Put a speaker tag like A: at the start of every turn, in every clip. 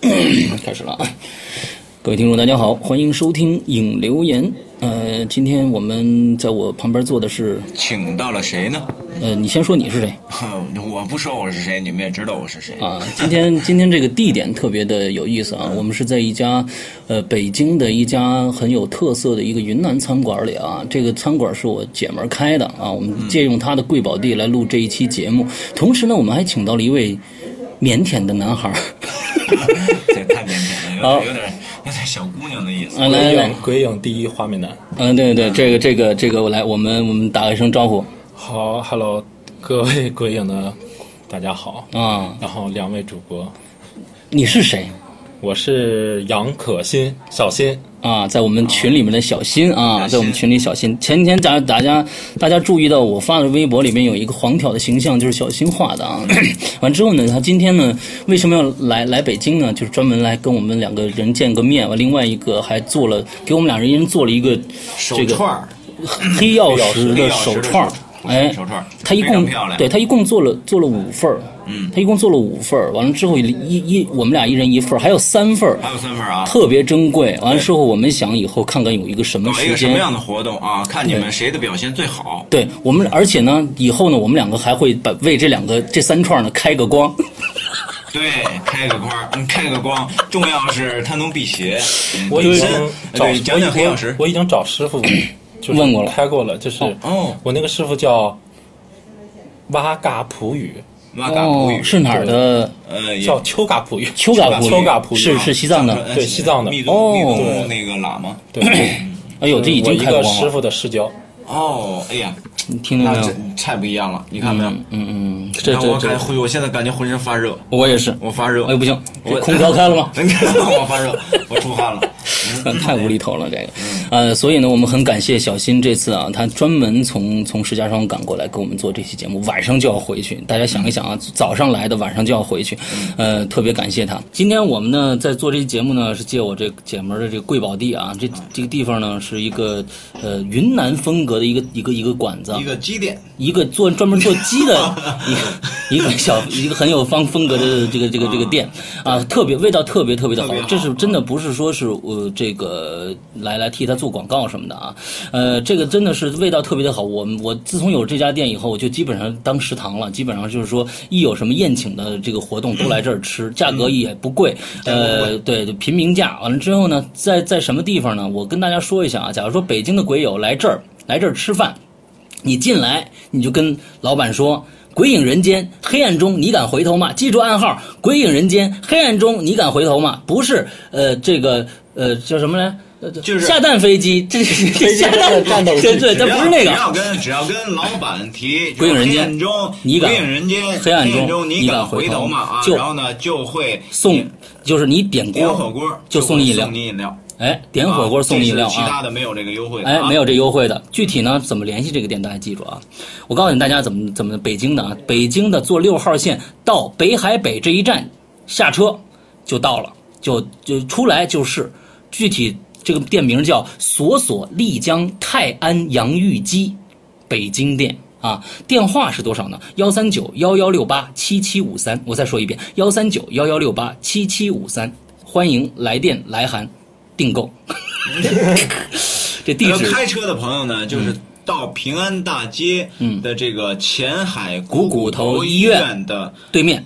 A: 开始了啊！各位听众，大家好，欢迎收听《影留言》。呃，今天我们在我旁边坐的是，
B: 请到了谁呢？
A: 呃，你先说你是谁
B: 我不说我是谁，你们也知道我是谁。
A: 啊？今天 今天这个地点特别的有意思啊，我们是在一家呃北京的一家很有特色的一个云南餐馆里啊。这个餐馆是我姐们儿开的啊，我们借用她的贵宝地来录这一期节目。同时呢，我们还请到了一位腼腆的男孩儿。
B: 这太腼腆了，有点有点有点小姑娘的意思。
A: 啊，来来来，
C: 鬼影第一花美男。
A: 嗯，对对，这个这个这个，我来，我们我们打一声招呼
C: 好，Hello，各位鬼影的大家好。
A: 啊、
C: 然后两位主播，
A: 你是谁
C: 我是杨可欣，小新。
A: 啊？在我们群里面的小新啊，在我们群里小新。前几天大大家大家注意到我发的微博里面有一个黄条的形象，就是小新画 的啊。完之后呢，他今天呢为什么要来来北京呢？就是专门来跟我们两个人见个面。完，啊另外一个还做了给我们俩人一人做了一个这个
B: 儿，
A: 黑曜石的手串儿。哎，
B: 手串儿
A: 他一
B: 非常
A: 共
B: 漂亮
A: 对他一共做了做了五份儿，嗯，他一共做了五份儿，完了之后一一一我们俩一人一份儿，还有三份儿，
B: 还有三份啊。
A: 特别珍贵。完了之后，我们想以后看看有一个什么
B: 搞一
A: 时
B: 个什么
A: 间，
B: 样的活动啊？看你们谁的表现最好。
A: 对我们，而且呢，以后呢，我们两个还会把为这两个这三串呢开个光。
B: 对，开个光儿， 嗯，开个光，重要是它能辟邪。嗯
C: 我
B: 本
C: 已经
B: 身
C: 找，
B: 对，讲讲黑曜
C: 我
B: 石
C: 我已经找 师傅就是
A: 问过了
C: 开过了，就是
B: 哦
C: 我那个师傅叫瓦嘎普语，
B: 瓦嘎普语，
A: 哦是哪儿的？
B: 呃，也
C: 叫丘嘎普语，
A: 丘嘎普语
C: 丘嘎普语
A: 是是西藏的。哦
B: 呃
C: 对西藏的
B: 密宗密宗那个喇嘛。
C: 对，
A: 哎呦，这已
C: 我
A: 经
C: 一
A: 开
C: 个
A: 光
C: 师
A: 了，
C: 傅的视角，
B: 哦，哎呀，
A: 你听到没
B: 那
A: 有
B: 这？太不一样了，你看没有？
A: 嗯嗯，
C: 这
B: 让
C: 这
B: 我感
C: 这
B: 觉，我现在感觉浑身发热，
A: 我也是。
B: 我发热。
A: 哎，不 行，这
B: 我
A: 空调开了吗？
B: 你看我发热，我出 汗了。
A: 嗯太无厘头了，这个，呃，所以呢，我们很感谢小新这次啊，他专门从从石家庄赶过来跟我们做这期节目，晚上就要回去。大家想一想啊，早上来的，晚上就要回去，呃，特别感谢他。今天我们呢在做这期节目呢，是借我这姐们儿的这个贵宝地啊，这这个地方呢是一个呃云南风格的一个一个一个馆子啊，
B: 一个鸡店，
A: 一个做专门做鸡的一个一个小一个很有方风格的这个这个这个店啊，特别味道特别特别的好
B: 特别，好
A: 这是真的不是说是呃这个来来替他做广告什么的啊，呃这个真的是味道特别的好。我我自从有这家店以后，我就基本上当食堂了，基本上就是说一有什么宴请的这个活动都来这儿吃，价格也不贵，呃对就平民价。完了之后呢，在在什么地方呢？我跟大家说一下啊，假如说北京的鬼友来这儿来这儿吃饭。你进来你就跟老板说。鬼影人间，黑暗中你敢回头吗？记住暗号：鬼影人间，黑暗中你敢回头吗？不是，呃，这个，呃，叫什么来？呃
B: 就是
A: 下蛋飞机，这是下蛋
C: 战斗机
A: 对对，它
B: 只要
A: 不是那
B: 只
A: 个。
B: 要跟只要跟老板提
A: 归隐人间
B: 黑暗中
A: 你敢
B: 归隐人间，
A: 黑暗中
B: 中
A: 你敢
B: 敢
A: 回头
B: 头嘛啊？
A: 就
B: 然后呢就会
A: 送就是你点
B: 点火
A: 锅，
B: 锅，
A: 就送你饮料
B: 送你饮料，
A: 哎，点火锅送你饮料
B: 啊这是其
A: 啊。
B: 他的没有这个优惠的
A: 哎
B: 啊，，
A: 没有这优惠的。具体呢，怎么联系这个店，大家记住啊。我告诉你大家怎么怎么北京的啊，北京的坐六号线到北海北这一站下车就到了，就就出来就是具体这个店名叫索索丽江泰安洋芋鸡北京店。啊，电话是多少呢？幺三九幺幺六八七七五三。我再说一遍，幺三九幺幺六八七七五三。欢迎来电来函订购。 这地
B: 要
A: 址嗯
B: 开车的朋友呢，就是到平安大街的这个前海
A: 股
B: 股
A: 嗯骨头
B: 头
A: 医
B: 医
A: 院
B: 院的
A: 对面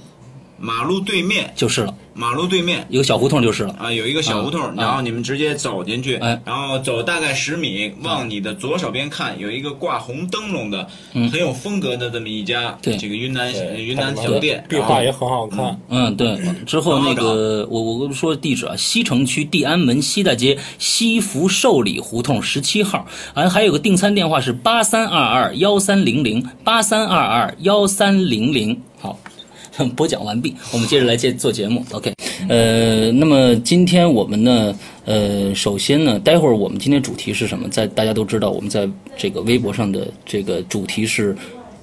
B: 马路对面，
A: 就是了，
B: 马路对面
A: 有个小胡同就是了。
B: 啊，有一个小胡同，然后你们直接走进去，
A: 哎
B: 然后走大概十米，往你的左手边看，有一个挂红灯笼的，很有风格的这么一家，
A: 对
B: 这个云南
C: 对
B: 云南小店，
C: 壁画也很好看。
A: 嗯，对。之后那个，我我跟你说地址啊，西城区地安门西大街西福寿里胡同十七号。啊，还有个订餐电话是八三二二幺三零零八三二二幺三零零。好， 播讲完毕，我们接着来接做节目。OK，呃，那么今天我们呢，呃，首先呢，待会儿我们今天主题是什么？在大家都知道，我们在这个微博上的这个主题是。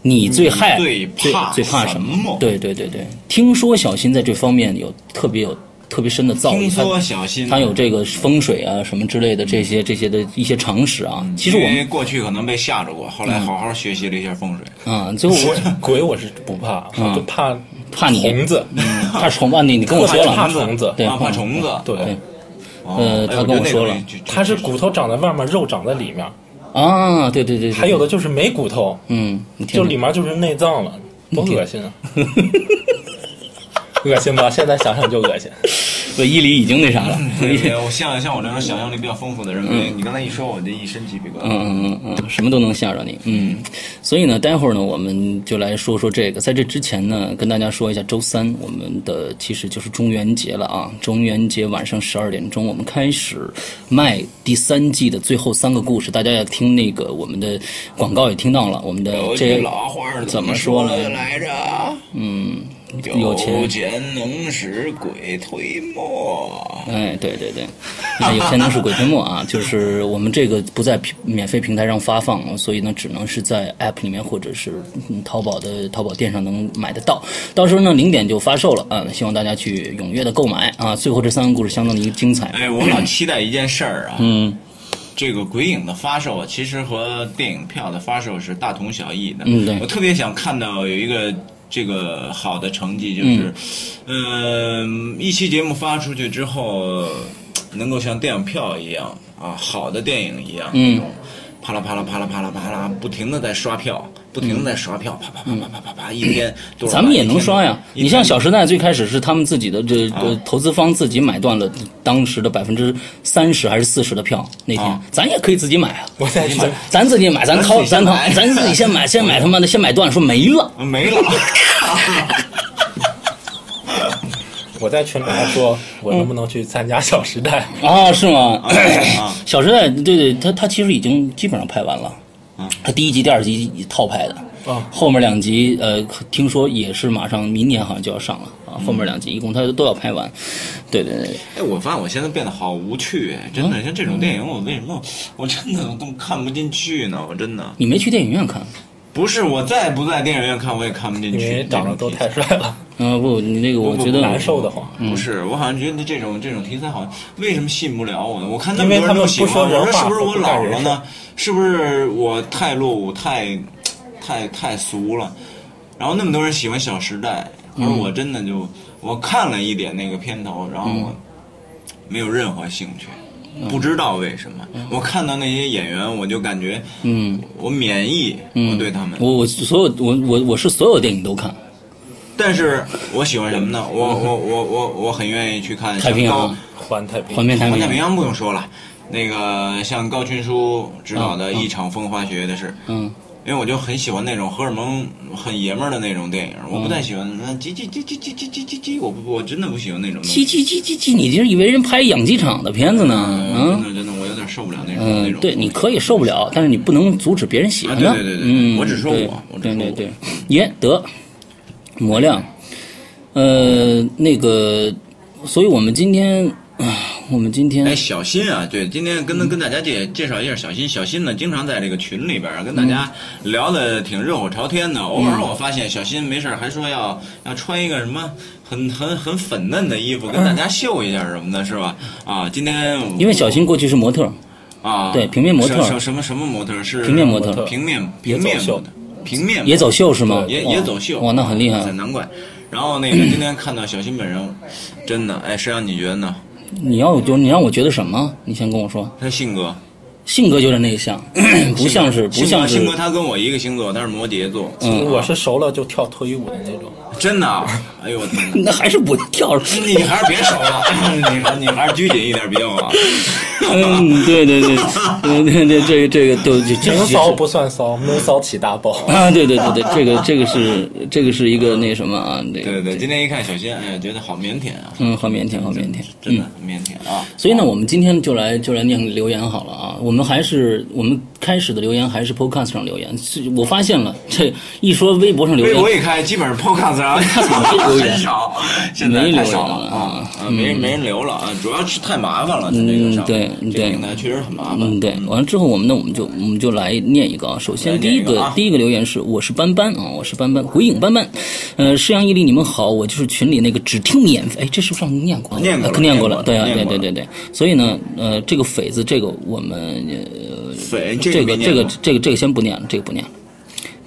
A: 你最害
B: 最怕
A: 最怕
B: 什
A: 么
B: 么？
A: 对对对对，听说小新在这方面有特别有特别深的造诣，
B: 听
A: 他
B: 说小心，
A: 他有这个风水啊什么之类的这些这些的一些常识啊。其实我
B: 因
A: 们
B: 为过去可能被吓着过，后来好好学习了一下风水，
C: 嗯
A: 啊，最后我
C: 鬼我是不怕，我就怕
A: 怕你
C: 虫子，
A: 怕虫吧？你你跟我 说
C: 怕
A: 了，
C: 虫子，
A: 对
B: 啊，怕虫子。
C: 对，
B: 哦，
A: 呃
B: 哎
A: 他跟我说了，
B: 觉得那个就就
C: 它是骨头长在外面，肉长在里面，
A: 啊，对对对，对
C: 还有的就是没骨头，
A: 嗯，你听
C: 就里面就是内脏了，多恶心啊！ 恶心吧？现在想想就恶心。
A: 对伊犁已经那啥了，
B: 对对我像像我这种想象力比较丰富的人，你刚才一说，我这一身鸡皮疙瘩。
A: 嗯嗯嗯，什么都能吓着你。嗯，所以呢，待会儿呢，我们就来说说这个。在这之前呢，跟大家说一下，周三我们的其实就是中元节了啊。中元节晚上十二点钟，我们开始卖第三季的最后三个故事。大家要听那个我们的广告也听到了，我们的
B: 有句
A: 这
B: 老话儿
A: 怎么
B: 么
A: 说呢
B: 的来着？
A: 嗯，有
B: 有
A: 钱
B: 能使鬼推磨。
A: 哎，对对 对，啊，有钱能使鬼推磨啊！就是我们这个不在平免费平台上发放，所以呢，只能是在 App 里面或者是嗯淘宝的淘宝店上能买得到。到时候呢，零点就发售了啊！希望大家去踊跃的购买啊！最后这三个故事相当的一个精彩，
B: 哎，我老期待一件事儿啊，
A: 嗯
B: 这个鬼影的发售啊，其实和电影票的发售是大同小异的。
A: 嗯对
B: 我特别想看到有一个这个好的成绩，就是，嗯、一期节目发出去之后，能够像电影票一样啊，好的电影一样，
A: 嗯
B: 那种啪啦啪啦啪啦啪啦啪啦，不停的在刷票，不停的在刷票，啪啪啪啪啪啪啪，一天多少万
A: 嗯咱们也能刷呀！
B: 一天
A: 你像《小时代》最开始是他们自己的这呃投资方自己买断了当时的百分之三十还是四十的票，那天
B: 啊
A: 咱也可以自己买啊。
C: 我在 想，
A: 咱自己买，咱掏，咱
B: 咱
A: 掏，咱
B: 自己先买
A: 自己先买，先买他妈的，先买断，说没了。
B: 没 了。 啊
C: 我在群里还说，我能不能去参加《小时代
A: 啊，是吗？
B: 啊
A: 小时代，对对，他他其实已经基本上拍完了。
B: 啊
A: 他第一集、第二集一套拍的，
C: 啊
A: 后面两集呃，听说也是马上明年好像就要上了啊。后面两集一共他都要拍完，对对对，
B: 哎，我发现我现在变得好无趣，哎真的，
C: 嗯
B: 像这种电影，我为什么我真的都看不进去呢？我真的
A: 你没去电影院看？
B: 不是我在不在电影院看，我也看不进》，
C: 因
B: 去。
C: 为长得都太帅了，
A: 嗯、不，你那个我
B: 不
A: 觉得嗯
C: 难受的慌。
B: 不是，我好像觉得这种这种题材好像为什么吸引不了我呢？我看那
C: 因
B: 么
C: 为
B: 多人
C: 他
B: 都
C: 们
B: 喜
C: 不
B: 欢，
C: 说
B: 我说
C: 人
B: 是
C: 话
B: 不是
C: 不
B: 我
C: 干
B: 老
C: 人
B: 了呢？是不是我太落伍、太太太俗了？然后那么多人喜欢《小时代》，可是我
C: 嗯
B: 真的就我看了一点那个片头，然后我没有任何兴趣，
C: 嗯
B: 不知道为什么。我看到那些演员，我就感觉
A: 嗯
B: 我免疫，
C: 嗯
B: 我对他们。
A: 我我所有我我我是所有电影都看，
B: 但是我喜欢什么呢？我我我我我很愿意去看
A: 太平
B: 像
C: 啊
B: 高
A: 洋
C: 环太平
A: 环面太
B: 环
A: 平
B: 太平
A: 洋，
B: 洋不用说了，那个像高群书执导的《一场风花雪月的事》，
A: 嗯
B: 因为我就很喜欢那种荷尔蒙很爷们儿的那种电影，我不太
A: 嗯
B: 喜欢那叽叽叽叽叽叽叽叽叽，我不我真的不喜欢那种东
A: 叽
B: 西。
A: 叽叽叽叽，你这以为人拍养鸡场的片子呢？
B: 嗯，
A: 嗯
B: 真的真的，我有点受不了那种那
A: 嗯，
B: 种。
A: 对，你可以受不了，但是你不能阻止别人喜欢他。
B: 啊对对对对
A: 嗯，
B: 我只说
A: 对
B: 我我只
A: 对对
B: 说我
A: 对，耶得磨亮，呃，那个，所以我们今天，啊，我们今天
B: 哎，小新
A: 嗯
B: 啊，对，今天跟跟大家介介绍一下小新。小新呢，经常在这个群里边儿啊跟大家
A: 嗯
B: 聊的挺热火朝天的。偶尔我发现小新没事儿还说要要穿一个什么很很很粉嫩的衣服，跟大家秀一下什么的，是吧？啊，今天我
A: 嗯因为小新过去是模特儿，
B: 啊，
A: 对平面模特
B: 什什什么什么模特是
A: 平面模特
B: 平面
C: 也
B: 平
C: 走
B: 面
C: 秀
B: 模特平面模特
A: 也走秀是吗？
B: 也
A: 哇
B: 也走秀，
A: 哇，那很厉害。
B: 难怪。然后那个今天看到小新本人，真的，哎，实际上你觉得呢？
A: 你要就你让我觉得什么？你先跟我说，
B: 他性格
A: 性格有点内向，不像是不
B: 性格
A: 像是
B: 性格，他跟我一个星座，他是摩羯座，
A: 嗯
C: 我是熟了就跳脱衣舞的那种，
B: 真的啊，哎呦我天
A: 那
B: 哪！
A: 还是不跳。
B: 你还是别熟了， 你还你还是拘谨一点比较啊好。
A: 嗯，对对对，对对对，这个这个都就
C: 情骚不算骚，闷骚起大 包。
A: 啊，对对对对，这个这个是这个是一个那什么啊，这
B: 对
A: 个
B: 对对，今天一看小新，哎呀，觉得好腼腆啊，
A: 嗯，好腼腆，好腼腆，
B: 真
A: 嗯。
B: 的很腼腆啊。
A: 所以呢，我们今天就来就来念留言好了啊。我们还是我们开始的留言还是 Podcast 上留言。是我发现了，这一说微博上留
B: 微博
A: 言，
B: 一开，基本上 Podcast 上
A: 留言
B: 很少，现在
A: 没留
B: 太
A: 言
B: 少
A: 了嗯
B: 啊，啊没人没人留了啊，主要是太麻烦了，它这个上
A: 对
B: 这个
A: 对
B: 平台确实很麻
A: 嗯，
B: 烦。
A: 对。完了之后，我们呢，我们就我们就来念一个啊。首先
B: 来
A: 第
B: 念
A: 一
B: 一个
A: 个
B: 啊
A: 第一个留言是我是斑斑啊，我是斑斑，鬼影斑斑。呃，诗阳毅力，你们好，我就是群里那个只听免费，哎，这是不是上次念过？
B: 念过
A: 呃念
B: 了
A: 过
B: 念过了
A: 对啊，
B: 念
A: 对
B: 过
A: 对
B: 了
A: 对对。所以呢，呃，这个匪子，这个我们呃
B: 对，
A: 这
B: 个
A: 个
B: 没
A: 这
B: 念
A: 个
B: 过
A: 这个这个先不念了，这个不念了，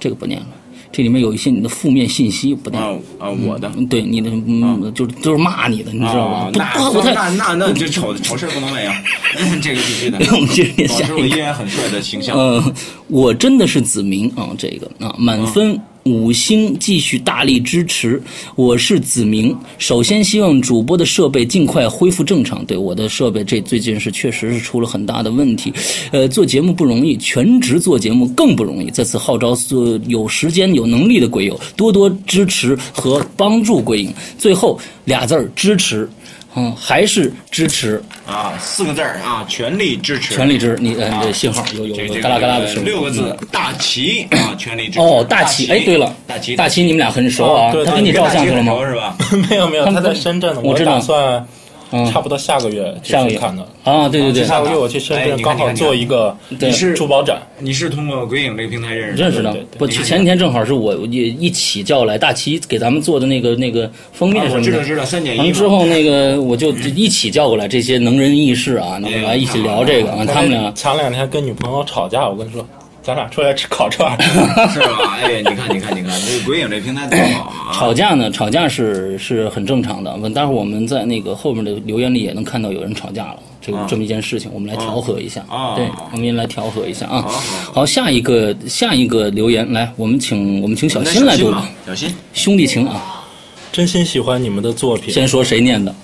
A: 这个不念了。这里面有一些你的负面信息，不太
B: 啊啊，我的。
A: 对你的，嗯，就是就是骂你的，你知道吧
B: 哦？
A: 不
B: 那
A: 不太
B: 那那那这丑丑事不能为啊！ 这个必须的。
A: 我们接着念
B: 保
A: 下一
B: 持
A: 个
B: 我依然很帅的形象。
A: 呃，我真的是子明啊，这个啊，满分五星，继续大力支持。我是子明，首先希望主播的设备尽快恢复正常。对我的设备，这最近是确实是出了很大的问题。呃，做节目不容易，全职做节目更不容易。在此号召所有有时间、有能力的鬼友多多支持和帮助鬼影。最后俩字儿支持，嗯，还是支持，
B: 啊，四个字儿啊，全力支持，
A: 全力支持。你呃，你
B: 啊
A: 的信号有有
B: 这个
A: 有
B: 这
A: 嘎啦嘎啦的
B: 个
A: 声音。嗯
B: 六个字，大旗 啊，全力支持。
A: 哦，大
B: 旗，
A: 齐，哎，对了，
B: 大旗，
A: 大齐，你们俩很熟啊
C: 哦，对
A: 他给你
C: 对
A: 照相去了
B: 大旗
A: 吗？
B: 是 吧？
C: 没有没有，
A: 他们
C: 他在
A: 都
C: 深圳呢，
A: 我知道
C: 打算
A: 嗯
C: 差不多下个月就去
A: 上个月
C: 看的。
A: 啊，对对对，
C: 下个月我去深
B: 哎
C: 圳，
B: 你看
C: 刚
B: 你
C: 好
B: 看
C: 做一个
A: 对
B: 是
C: 珠宝展。
B: 你是通过鬼影这个平台认识的？啊
A: 认识的
C: 对对。对
A: 我
B: 你看
A: 前几天正好是我也一起叫来大齐给咱们做的那个那个封面
B: 啊
A: 什
B: 我
A: 么
B: 知道
A: 的。
B: 知道，三减
A: 完
B: 一
A: 了之
B: 嘛。
A: 后，那个我就就一起叫过来这些能人异士啊，那个来一起聊这个啊，他们俩
C: 前两天跟女朋友吵架，我跟你说，咱俩出来吃烤串儿。
B: 是吧？哎，你看，你看，你看，这鬼影这平台多好 啊！
A: 吵架呢，吵架是是很正常的。问，待会儿我们在那个后面的留言里也能看到有人吵架了，这个
B: 啊
A: 这么一件事情，我们来调和一下。
B: 啊
A: 对，我们也来调和一下啊。
B: 好好
A: 好，下一个下一个留言，来，我们请我们请小
B: 那
A: 新来读
B: 心
A: 吧
B: 吧，小啊心。
A: 兄弟情啊，
C: 真心喜欢你们的作品。
A: 先说谁念的，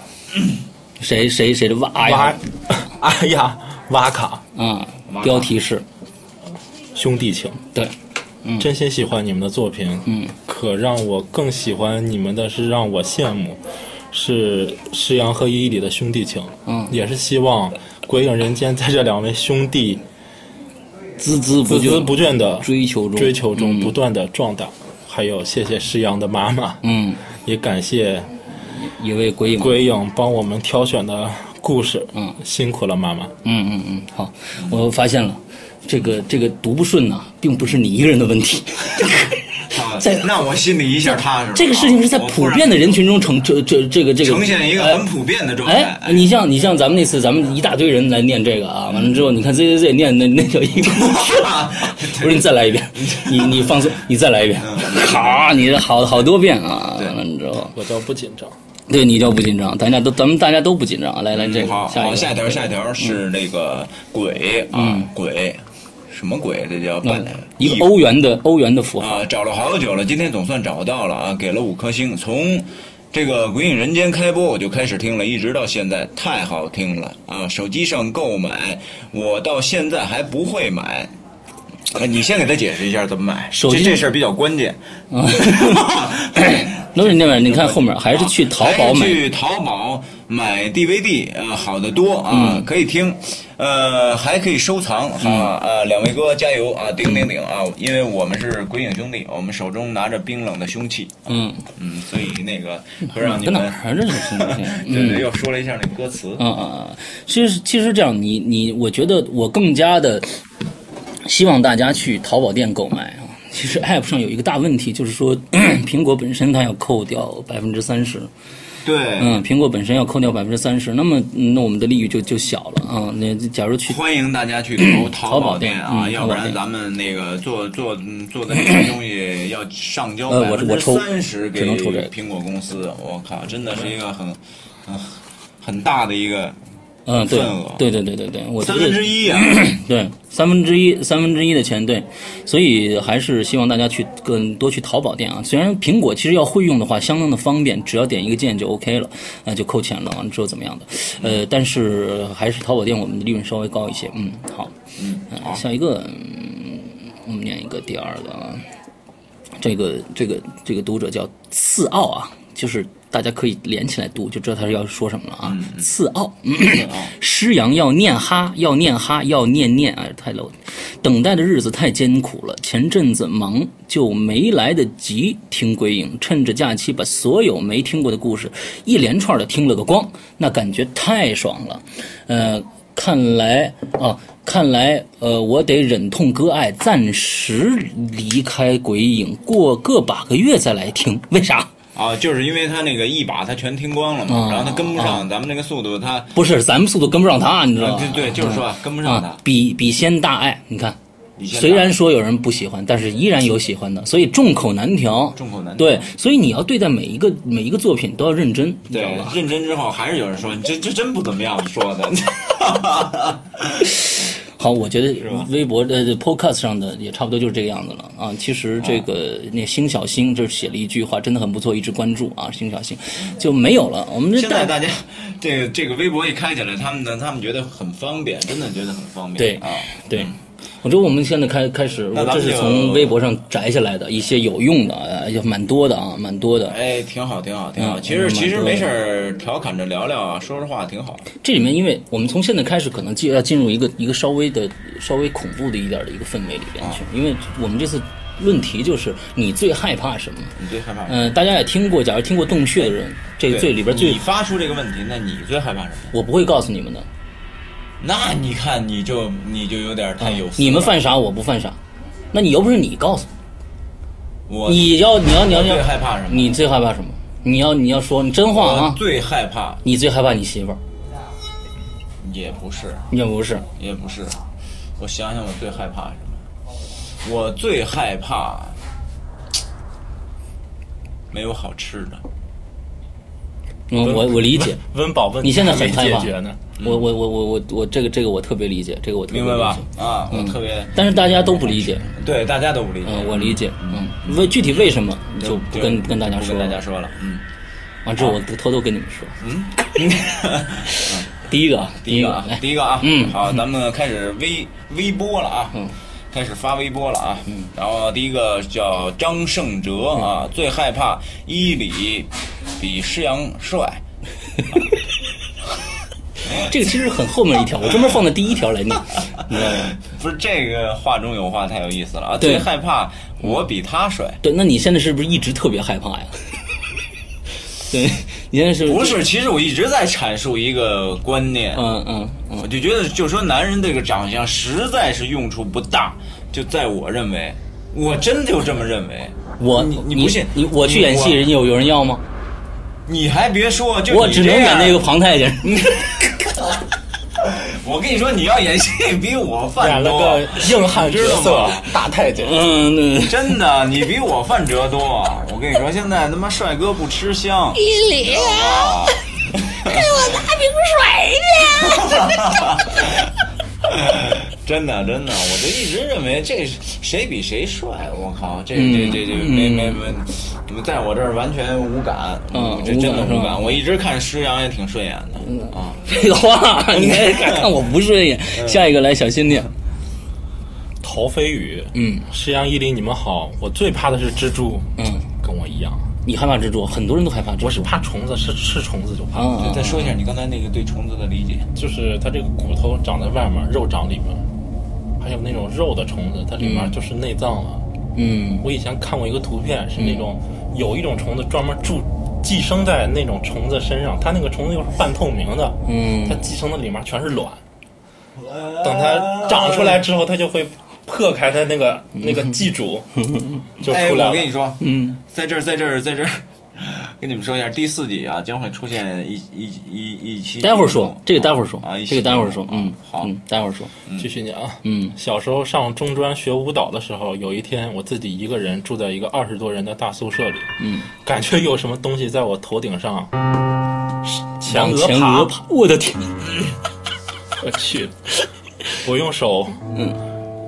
A: 谁谁谁的哇
C: 哇
A: 呀，
C: 哎呀，哇卡
A: 啊
B: 哇，
A: 标题是
C: 兄弟情，
A: 对，
C: 真心喜欢你们的作品。嗯，可让我更喜欢你们的是让我羡慕，是《诗阳和一》里的兄弟情。
A: 嗯
C: 也是希望《鬼影人间》在这两位兄弟
A: 孜孜不
C: 孜孜
A: 倦
C: 不倦的
A: 追求中，
C: 追求中
A: 嗯
C: 不断的壮大。还有，谢谢诗阳的妈妈，
A: 嗯，
C: 也感谢
A: 也为鬼影
C: 鬼影帮我们挑选的故事，
A: 嗯，
C: 辛苦了妈妈。
A: 嗯嗯嗯，好，我发现了，这个这个读不顺呐、并不是你一个人的问题，
B: 啊
A: 在
B: 那我心里一下踏实了。
A: 这个事情是在
B: 啊
A: 普遍的人群中呈这这这个这个
B: 呈现一个
A: 哎
B: 很普遍的状态
A: 哎。，你像你像咱们那次，咱们一大堆人来念这个啊，完了之后，你看 Z Z Z 念那那叫一个， 不是你再来一遍， 你你放松，你再来一遍，
B: 嗯
A: 好，你好好多遍啊，完了之后，
C: 我叫不紧张，
A: 对你就不紧张，大家都咱们大家都不紧张啊，来来这
B: 嗯
A: 个
B: 好，
A: 下一
B: 好，
A: 个嗯
B: 下一条，下一条是那个鬼啊，鬼，什么鬼？这叫半
A: 一个欧元的欧元的符号，
B: 啊，找了好久了，今天总算找到了啊，给了五颗星。从这个《鬼影人间》开播我就开始听了，一直到现在，太好听了啊！手机上购买，我到现在还不会买。啊你先给他解释一下怎么买，
A: 手机
B: 这这事儿比较 关键。 嗯
A: 那你那边你看后面还是去淘宝
B: 啊还
A: 买
B: 是去淘宝买 DVD 啊、好的多啊、
A: 嗯
B: 可以听，呃，还可以收藏啊、啊！两位哥加油啊，顶顶顶啊！因为我们是鬼影兄弟，我们手中拿着冰冷的凶器，
A: 嗯，
B: 嗯，所以那个不让你
A: 跟哪
B: 们，
A: 儿认识兄 弟？
B: 对对，又说了一下那个歌词，
A: 嗯嗯，嗯，其实其实这样，你你，我觉得我更加的希望大家去淘宝店购买啊。其实 App 上有一个大问题，就是说 苹果本身它要扣掉百分之三十，
B: 对，
A: 嗯，苹果本身要扣掉百分之三十，那么嗯那我们的利益就就小了啊。那假如去
B: 欢迎大家去投淘宝店
A: 淘宝
B: 啊，
A: 店嗯
B: 要不
A: 淘宝
B: 然
A: 店
B: 咱们那个做做嗯做的那些东西要上交
A: 呃
B: 百
A: 我
B: 分
A: 我
B: 之
A: 抽
B: 三十给
A: 只能抽这个
B: 苹果公司，我靠，真的是一个很很很大的一个
A: 嗯，对
B: 份额
A: 对对对对对，我觉
B: 三
A: 得
B: 分 之一啊，
A: 对，三分之一，三分之一的钱，对，所以还是希望大家去更多去淘宝店啊。虽然苹果其实要会用的话，相当的方便，只要点一个键就 OK 了，那、就扣钱了，完了之后怎么样的？呃，但是还是淘宝店我们的利润稍微高一些。嗯，好，嗯，下一个，嗯，我们念一个第二个啊，这个这个这个读者叫次奥啊，就是。大家可以连起来读，就知道他是要说什么了啊。次奥，
B: 啊
A: 诗阳要念哈，要念哈，要念念，哎，太 low 了。等待的日子太艰苦了，前阵子忙就没来得及听鬼影，趁着假期把所有没听过的故事一连串的听了个光，那感觉太爽了。呃，看来啊，看来呃，我得忍痛割爱，暂时离开鬼影，过个把个月再来听。为啥？
B: 啊，就是因为他那个一把他全听光了嘛，
A: 啊
B: 然后他跟不上咱们这个速度，他
A: 不是咱们速度跟不上他，你知道吗？
B: 对对，就是说跟不上
A: 啊
B: 他，，
A: 比比先大爱，你看
B: 李现达
A: 虽然说有人不喜欢，但是依然有喜欢的，所以众口难调。
B: 众口难调
A: 对，所以你要对待每一个每一个作品都要认真，你知道
B: 对
A: 吧？
B: 认真之后，还是有人说你这这真不怎么样说的。
A: 好，我觉得
B: 吧
A: 微博的 Podcast 上的也差不多就是这个样子了啊。其实这个那辛小星这写了一句话，真的很不错，一直关注啊，辛小星就没有了。我们这
B: 现在大家这个这个微博一开起来，他们呢，他们觉得很方便，真的觉得很方便。
A: 对
B: 啊，
A: 对，我觉得我们现在开开始，
B: 那
A: 我
B: 咱
A: 这
B: 们
A: 是
B: 就
A: 从微博上摘下来的一些有用的，呃，也蛮多的啊，蛮多的。
B: 哎，挺好，挺好，挺好。
A: 嗯
B: 其
A: 嗯
B: 实其实
A: 蛮多的
B: 没事儿，调侃着聊聊啊，说说话挺好。
A: 这里面，因为我们从现在开始，可能就要进入一个一个稍微的、稍微恐怖的一点的一个氛围里边
B: 啊
A: 去，因为我们这次论题就是你最害怕什么？
B: 你最害怕什么？
A: 嗯、大家也听过，假如听过洞穴的人，这个
B: 对嗯
A: 最里边最
B: 你发出这个问题，那你最害怕什么？
A: 我不会告诉你们的，
B: 那你看，你就你就有点太有福了
A: 啊你们犯啥我不犯啥，那你又不是你告诉
B: 我
A: 我，你要你要你要
B: 我
A: 你
B: 哦最
A: 要
B: 害怕什么？
A: 你最害怕什么？你要你要说你真话
B: 我
A: 啊，
B: 最害怕
A: 你最害怕你媳妇儿，
B: 也不是，
A: 也不是。
B: 也不是。我想想，我最害怕什么？我最害怕没有好吃的。
A: 嗯，我我理解，
C: 温饱问题
A: 你现在很
C: 没
A: 害
C: 解
A: 怕
C: 决呢。
A: 我我我我我我这个这个我特别理解，这个我特别
B: 嗯明白吧嗯
A: 理解？
B: 啊，我特别、
A: 但是大家都不理解，
B: 对，大家都不理解。
A: 嗯，我理解，嗯，为具体为什么就不跟不跟大家
B: 不
A: 说
B: 跟
A: 了，
B: 大家说啊了，嗯
A: 完之后我偷偷跟你们说，
B: 嗯，
A: 第一个啊，
B: 第一个啊
A: 来，，
B: 第一个啊，
A: 嗯
B: 好，咱们开始微微波了啊，嗯，开始发微波了啊，嗯，然后第一个叫张胜哲
A: 嗯
B: 啊，最害怕伊里比施洋帅，
A: 这个其实很后面一条，我专门放在第一条 来念，你知道吗？
B: 不是这个话中有话太有意思了啊，
A: 嗯对
B: 最害怕我比他帅，
A: 对，那你现在是不是一直特别害怕呀？ 对，你现在是
B: 不？是，其实我一直在阐述一个观念，
A: 嗯嗯嗯，
B: 我就觉得，就说男人这个长相实在是用处不大，就在我认为，我真就这么认为。
A: 我
B: 你你不信？
A: 你我去演戏，人
B: 我，
A: 家有有人要吗？
B: 你还别说，就
A: 我
B: 你
A: 只能
B: 这
A: 演
B: 样
A: 那个。庞太监。
B: 我跟你说，你要演戏比我
C: 演
B: 犯
C: 了
B: 多
C: 个，硬汉角
B: 知道
C: 色
B: 吗，
C: 大太监。
A: 嗯，那
B: 真的，你比我犯辙多。我跟你说，现在他妈帅哥不吃香。
D: 一里
B: 啊
D: 给我拿瓶水去。
B: 真的，真的，我就一直认为这是谁比谁帅，我靠，这
A: 嗯
B: 这这这没没没，在我这儿完全无感，
A: 嗯
B: 这真的
A: 无感是吧嗯
B: 无感。我一直看施洋也挺顺眼的啊，
A: 废话，你还敢看我不顺眼？
B: 嗯
A: 下一个来小心点。
C: 陶飞宇，
A: 嗯，
C: 石阳依林，你们好，我最怕的是蜘蛛，
A: 嗯，
C: 跟我一样，
A: 你害怕蜘蛛，很多人都害怕蜘蛛。
C: 我是怕虫子，是吃虫子就怕，
A: 啊，
B: 再说一下你刚才那个对虫子的理解，
C: 就是它这个骨头长在外面，肉长里面，还有那种肉的虫子，它里面就是内脏了。
A: 嗯
C: 我以前看过一个图片，是那种、有一种虫子专门住寄生在那种虫子身上，它那个虫子又是半透明的，
A: 嗯
C: 它寄生的里面全是卵，等它长出来之后，它就会破开它那个、那个 寄主，就
B: 哎，
C: 出来
B: 我
C: 了。
B: 跟你说，
A: 嗯，
B: 在这儿，在这儿，在这儿， 跟你们说一下，第四集啊将会出现一一一一期，
A: 待会儿说这个，待会儿说
B: 啊，一期
A: 这个待会儿说，嗯，
B: 好
A: 嗯，待会儿说，
C: 继续讲啊，
A: 嗯
C: 小时候上中专学舞蹈的时候，有一天我自己一个人住在一个二十多人的大宿舍里，
A: 嗯，
C: 感觉有什么东西在我头顶上前
A: 往
C: 额
A: 前
C: 爬
A: 额，爬，我的天，
C: 我去，我用手
A: 嗯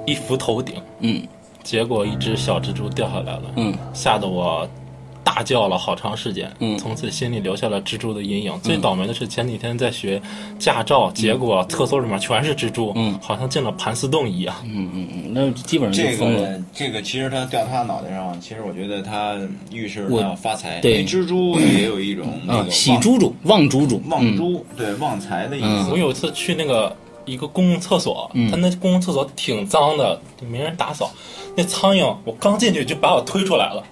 C: 一扶头顶，
A: 嗯
C: 结果一只小蜘蛛掉下来了，
A: 嗯
C: 吓得我大叫了好长时间，
A: 嗯
C: 从此心里留下了蜘蛛的阴影。最倒霉的是前几天在学驾照，结果厕所里面全是蜘蛛，
A: 嗯
C: 好像进了盘丝洞一样。
A: 嗯嗯嗯，那基本上
B: 这
A: 就疯了。啊
B: 个这个，其实他掉他脑袋上，其实我觉得他预示他
A: 我
B: 要发财。
A: 对
B: 因为蜘蛛也有一种那
A: 啊
B: 个，
A: 喜
B: 望
A: 猪猪，望猪猪，
B: 望
A: 嗯
B: 猪，对旺财的意
C: 我
B: 思。
C: 有一次去那个一个公共厕所，
A: 嗯
C: 他那公共厕所挺脏的，就没人打扫。那苍蝇，我刚进去就把我推出来了。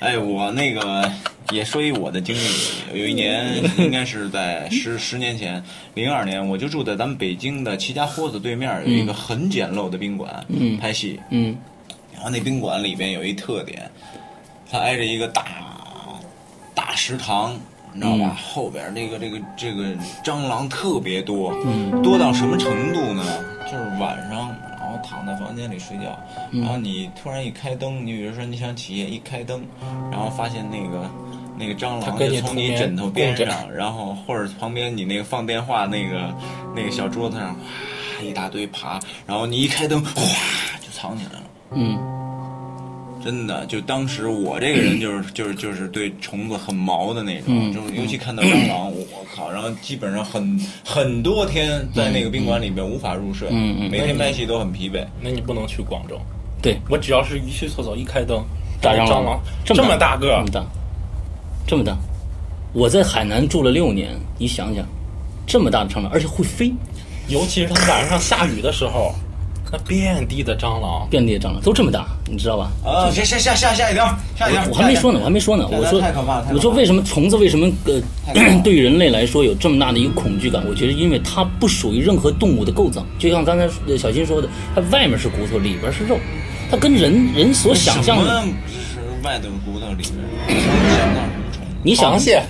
B: 哎，我那个也说一我的经历，有一年应该是在 十十年前，零二年，我就住在咱们北京的齐家豁子对面有一个很简陋的宾馆，拍戏，
A: 嗯
B: 然后那宾馆里边有一特点，它挨着一个大大食堂，你知道
C: 嗯
B: 吧？后边那个这个这
C: 嗯
B: 个蟑螂特别多，多到什么程度呢？就是晚上，然后躺在房间里睡觉，
C: 嗯
B: 然后你突然一开灯，你比如说你想起夜，一开灯，然后发现那个那个蟑
C: 它
B: 螂
C: 跟
B: 就
C: 你
B: 从
C: 同
B: 你
C: 眠
B: 枕头边
C: 共
B: 上，然后或者旁边你那个放电话那个那个小桌子上，哗一大堆爬，然后你一开灯，哗就藏起来了。
A: 嗯
B: 真的，就当时我这个人就是就是就是对虫子很毛的那种，
A: 嗯
B: 就是尤其看到蟑螂，我靠！然后基本上很很多天在那个宾馆里边无法入睡，
A: 嗯嗯
B: 每天拍戏都很疲惫。
C: 那你不能去广州。
A: 对，
C: 我只要是一去厕所一开灯，
A: 大蟑
C: 蟑
A: 螂
C: 这
A: 么
C: 么大个
A: 这
C: 儿
A: 么，大，嗯这么大。我在海南住了六年，你想想，这么大的蟑螂，而且会飞，
C: 尤其是它晚上下雨的时候，那遍地的蟑螂。
A: 遍地的蟑螂都这么大，你知道吧？
B: 啊，下下下下下一条，下一条，
A: 嗯我还没说呢，我还没说呢。
B: 哎太
A: 我说
B: 太可怕了太可怕，了
A: 我说为什么虫子为什么呃
B: 太可怕了
A: 对于人类来说有这么大的一个恐惧感？我觉得因为它不属于任何动物的构造，就像刚才呃小新说的，它外面是骨头，里边是肉，它跟人人所想象
B: 什
A: 的，
B: 么是外头骨头里边，想象是虫子。
A: 你想
C: 螃蟹，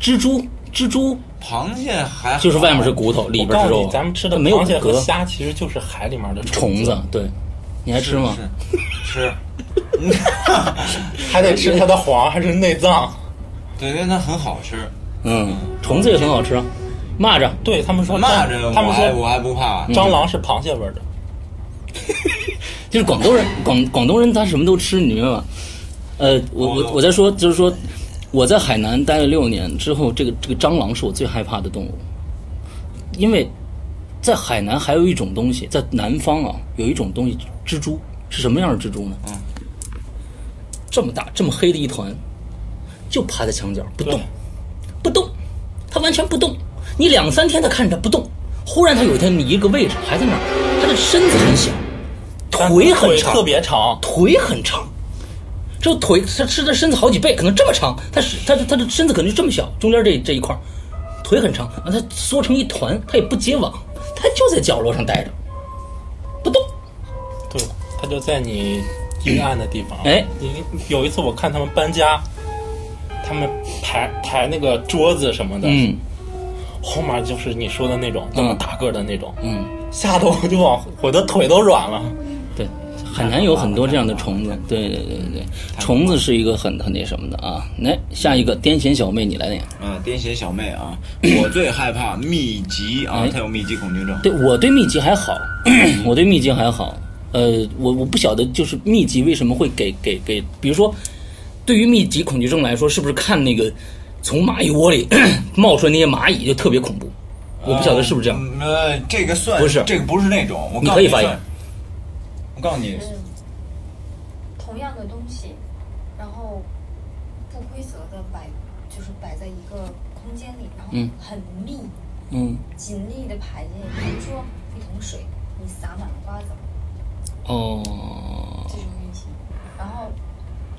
A: 蜘蛛蜘蛛
B: 螃蟹还好
A: 就是外面是骨头，里
C: 我
A: 边
C: 告
A: 是
C: 诉
A: 肉
C: 你，，咱们吃的
A: 它没有
C: 螃蟹
A: 骨
C: 和
A: 骼
C: 虾其实就是海里面的
A: 虫
C: 子，
A: 子，对，你还吃吗？
B: 是是，
C: 还得吃它的黄还是内脏。
B: 对，但它很好吃。
A: 嗯，虫子也很好吃啊，蚂蚱
C: 对他们说
B: 蚂
C: 蟑
B: 蚱
C: 他
B: 我
C: 们
B: 还
C: 说
B: 我还不怕，啊
A: 嗯
C: 蟑螂是螃蟹味儿的。
A: 就是广东人，广广东人他什么都吃，你明白吗？呃，我我我在说，就是说我在海南待了六年之后，这个这个蟑螂是我最害怕的动物，因为在海南还有一种东西，在南方啊有一种东西，蜘蛛是什么样的蜘蛛呢？
B: 嗯
A: 这么大这么黑的一团，就趴在墙角不动
C: 对，
A: 不动，它完全不动。你两三天它看着它不动，忽然它有一天你一个位置还在那儿，它的身子很小，腿很长，
C: 特别长，
A: 腿很长，这腿它是它身子好几倍，可能这么长，它是它它的身子可能就这么小，中间这这一块儿，腿很长，啊，它缩成一团，它也不结网，它就在角落上待着，不动。
C: 对，它就在你阴暗的地方。
A: 哎
C: 你有一次我看他们搬家，他们排排那个桌子什么的，
A: 嗯
C: 后面就是你说的那种这么大个儿的那种，
A: 嗯，
C: 吓得我就往我的腿都软了。
A: 对，海南有很多这样的虫子，对对对对对，虫子是一个很很那什么的啊。来，下一个癫痫小妹，你来念。
B: 啊，癫痫小妹啊，我最害怕密集啊
A: 哎，
B: 她有密集恐惧症。
A: 对我对秘籍还好，我对秘籍还好。呃，我我不晓得，就是秘籍为什么会给给给，比如说，对于密集恐惧症来说，是不是看那个从蚂蚁窝里 冒出来那些蚂蚁就特别恐怖？我不晓得是不是这样。
B: 嗯呃，这个算
A: 不是
B: 这个不是那种，我
A: 你
B: 告诉
A: 可以发
B: 算
A: 言
B: 我告诉你，
E: 是同样的东西，然后不规则的摆，就是摆在一个空间里，然后
A: 嗯
E: 很密、
A: 嗯，
E: 紧密的排列。比如说一桶水，你洒满了瓜子，
A: 哦，
E: 这种运气。然后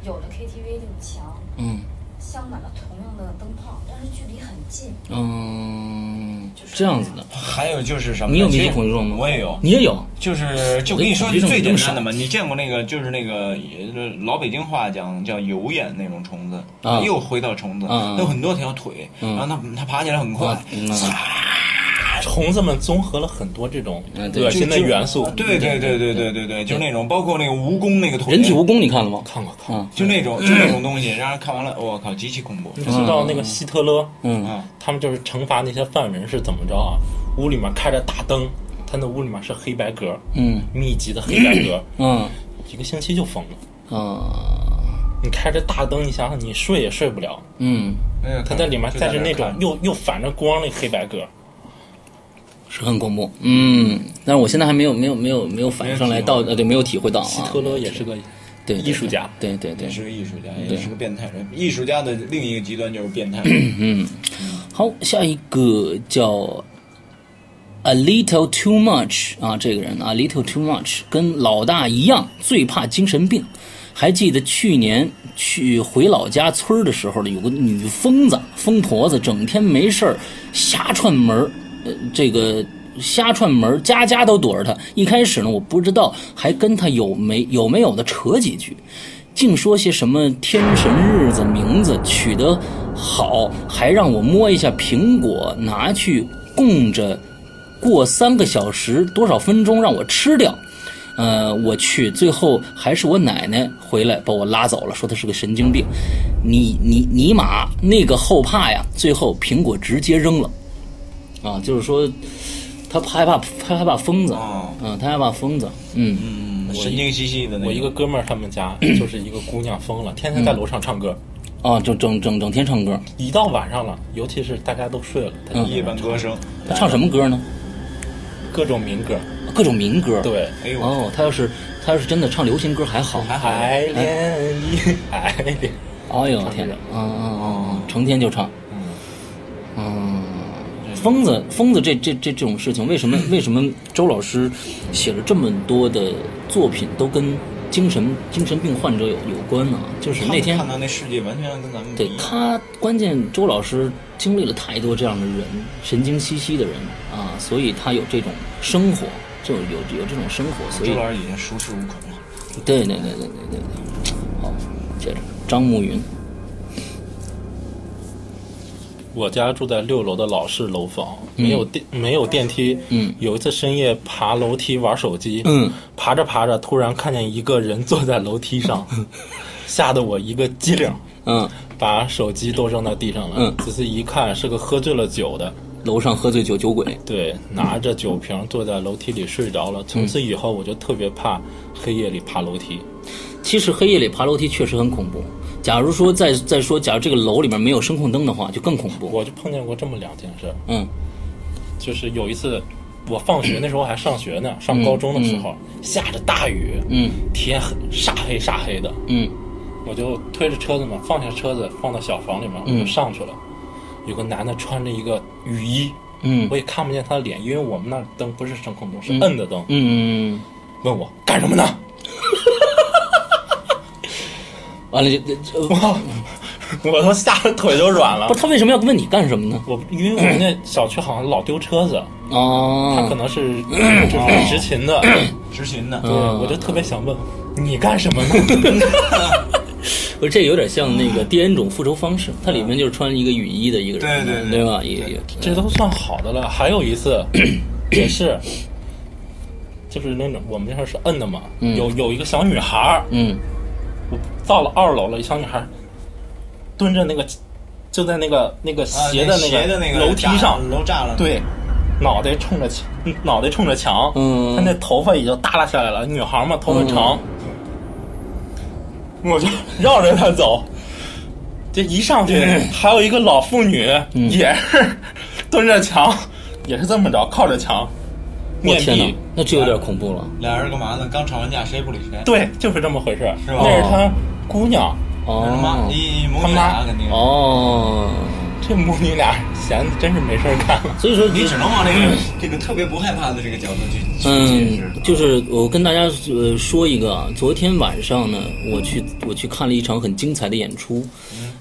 E: 有了 KTV 那种墙，
A: 嗯
E: 镶满了同样的灯泡，但是距离很近。
A: 嗯，这样子哦的。
B: 还有就是什么呢？
A: 你有密
B: 其
A: 集
B: 实
A: 恐惧症吗？
B: 我也有，
A: 你也有。
B: 就是就
A: 我的
B: 跟你说
A: 恐惧
B: 句
A: 症怎
B: 最
A: 么
B: 简
A: 这么
B: 单的嘛，你见过那个就是那个呃老北京话讲叫油眼那种虫子
A: 啊
B: 又回到虫子，
A: 啊啊
B: 它有很多条腿，
A: 嗯
B: 然后它它爬起来很快
A: 啊，嗯
C: 虫哎子们综合了很多这种
A: 嗯对
C: 恶心的
B: 就就啊
C: 元素。
B: 对对对对对对对，就是那种包括那个蜈蚣那个腿，
A: 人体蜈蚣你看了吗？
C: 看过看过，
A: 啊，
B: 就那种
C: 嗯
B: 就那种东西，让人看完了，我靠，极其恐怖。
C: 你知道那个希特勒，
A: 嗯
B: 啊，
C: 他们就是惩罚那些犯人是怎么着啊？屋里面开着大灯，他那屋里面是黑白格，
A: 嗯
C: 密集的黑白格，
A: 嗯
C: 一个星期就疯了。
A: 啊
C: 你开着大灯，你想想，你睡也睡不了。
A: 嗯，
B: 哎呀
C: 他在里面
B: 就
C: 再是
B: 那
C: 那
B: 儿
C: 种
B: 看
C: 又又反着光那黑白格，
A: 是很恐怖。嗯，但是我现在还没有没有没有没有反应上来到呃对没有体会到啊。
C: 希特勒也是个
A: 对对
C: 艺术家
A: 对对对
B: 也是个艺术家，也是个变态人。艺术家的另一个极端就是变态。
C: 嗯
A: 好，下一个叫 A little too much 啊，这个人啊，A little too much，跟老大一样，最怕精神病。还记得去年去回老家村儿的时候呢，有个女疯子、疯婆子，整天没事儿瞎串门儿，呃，这个瞎串门儿，家家都躲着她。一开始呢，我不知道，还跟她有没有没有的扯几句，净说些什么天神日子名字取得好，还让我摸一下苹果，拿去供着过三个小时多少分钟让我吃掉。呃，我去，最后还是我奶奶回来把我拉走了，说她是个神经病。你你尼玛，那个后怕呀！最后苹果直接扔了，啊，就是说他害怕，他害怕疯子，
B: 哦
A: 嗯，他害怕疯子，嗯
B: 神经兮兮的那
C: 我一个哥们儿他们家就是一个姑娘疯了，天天在楼上唱歌，
A: 啊，整整整整天唱歌，
C: 一到晚上了，尤其是大家都睡了，他就
B: 夜半歌声，
A: 他唱什么歌呢？
C: 各种民歌，
A: 各种民歌。，
C: 对，
B: 哎呦，
A: 哦，他要是他要是真的唱流行歌还好，
B: 还好，
C: 爱恋你，爱恋，
A: 哎呦天哪，啊啊啊啊，成天就唱，
B: 嗯
A: 嗯，疯子疯子这这这这种事情，为 什么为什么周老师写了这么多的作品都跟精神精神病患者有有关呢？就是
B: 他们
A: 那天
B: 看到那世界完全跟咱们不
A: 对
B: 一样。
A: 他，关键周老师经历了太多这样的人，神经兮兮的人啊，所以他有这种生活，就有有有这种生活，所以
B: 周老师已经熟视无恐了。
A: 对对对对对对对。好，接着张慕云，
C: 我家住在六楼的老式楼房，没有电，没有电梯。
A: 嗯
C: 有一次深夜爬楼梯玩手机，
A: 嗯，
C: 爬着爬着，突然看见一个人坐在楼 梯上，吓得我一个激灵，
A: 嗯，
C: 把手机都扔到地上了。
A: 嗯
C: 仔细一看，是个喝醉了酒的，
A: 楼上喝醉酒酒鬼，
C: 对，拿着酒瓶坐在楼梯里睡着了。从此以后，我就特别怕黑夜里爬楼梯。
A: 其实黑夜里爬楼梯确实很恐怖。假如说再再说，假如这个楼里面没有声控灯的话，就更恐怖。
C: 我就碰见过这么两件事儿，
A: 嗯
C: 就是有一次。我放学那时候还上学呢，上高中的时候，下着大雨，
A: 嗯
C: 天很煞黑煞黑的，
A: 嗯
C: 我就推着车子嘛，放下车子放到小房里面，
A: 嗯
C: 我就上去了。有个男的穿着一个雨衣，
A: 嗯
C: 我也看不见他的脸，因为我们那儿灯不是声控灯，是摁的灯。
A: 嗯，
C: 问我干什么呢？
A: 完了就就
C: 我 我都吓得腿都软了
A: 不。是他为什么要问你干什么呢？
C: 我因为我们那小区好像老丢车子，他可
A: 哦，
C: 能是
A: 嗯
C: 就是执勤的，
B: 执勤的，
C: 对我就特别想问你干什么呢？
A: 不是这有点像那个《第 N 种复仇方式》，它里面就是穿一个雨衣的一个人，
B: 对对
A: 对
B: 对
A: 吧？也也
C: 这都算好的了。还有一次也是，就是那种我们那儿是摁的嘛，有有一个小女孩儿，
A: 嗯
C: 我到了二楼了，一小女孩儿蹲着那个就在那个那个
B: 啊
C: 斜
B: 那
C: 的
B: 斜的那
C: 个
B: 个
C: 楼梯
B: 栅
C: 上，
B: 楼栅栏，
C: 对，脑袋冲着墙， 脑袋冲着墙，
A: 嗯
C: 她那头发已经耷拉下来了，女孩嘛头发长，我就 绕着她走，这一上去、还有一个老妇女、也是 蹲着墙，也是这么着靠着墙，
A: 我
C: 面
A: 天哪
C: 壁，，
A: 那这有点恐怖了。
B: 俩人干嘛呢？刚吵完架，谁也不理谁。
C: 对，就是这么回事，
B: 是吧
C: 那是啊她姑娘，
B: 他妈
A: 哦
B: 一一母女
C: 他妈
B: 俩肯定。
A: 哦，
C: 这母女俩闲的真是没事儿干了。
A: 所以说
B: 你
A: 就
B: 只能往这个这个特别不害怕的这个角度去去解释
A: 嗯，。就是我跟大家呃说一个啊，昨天晚上呢，我去我去看了一场很精彩的演出，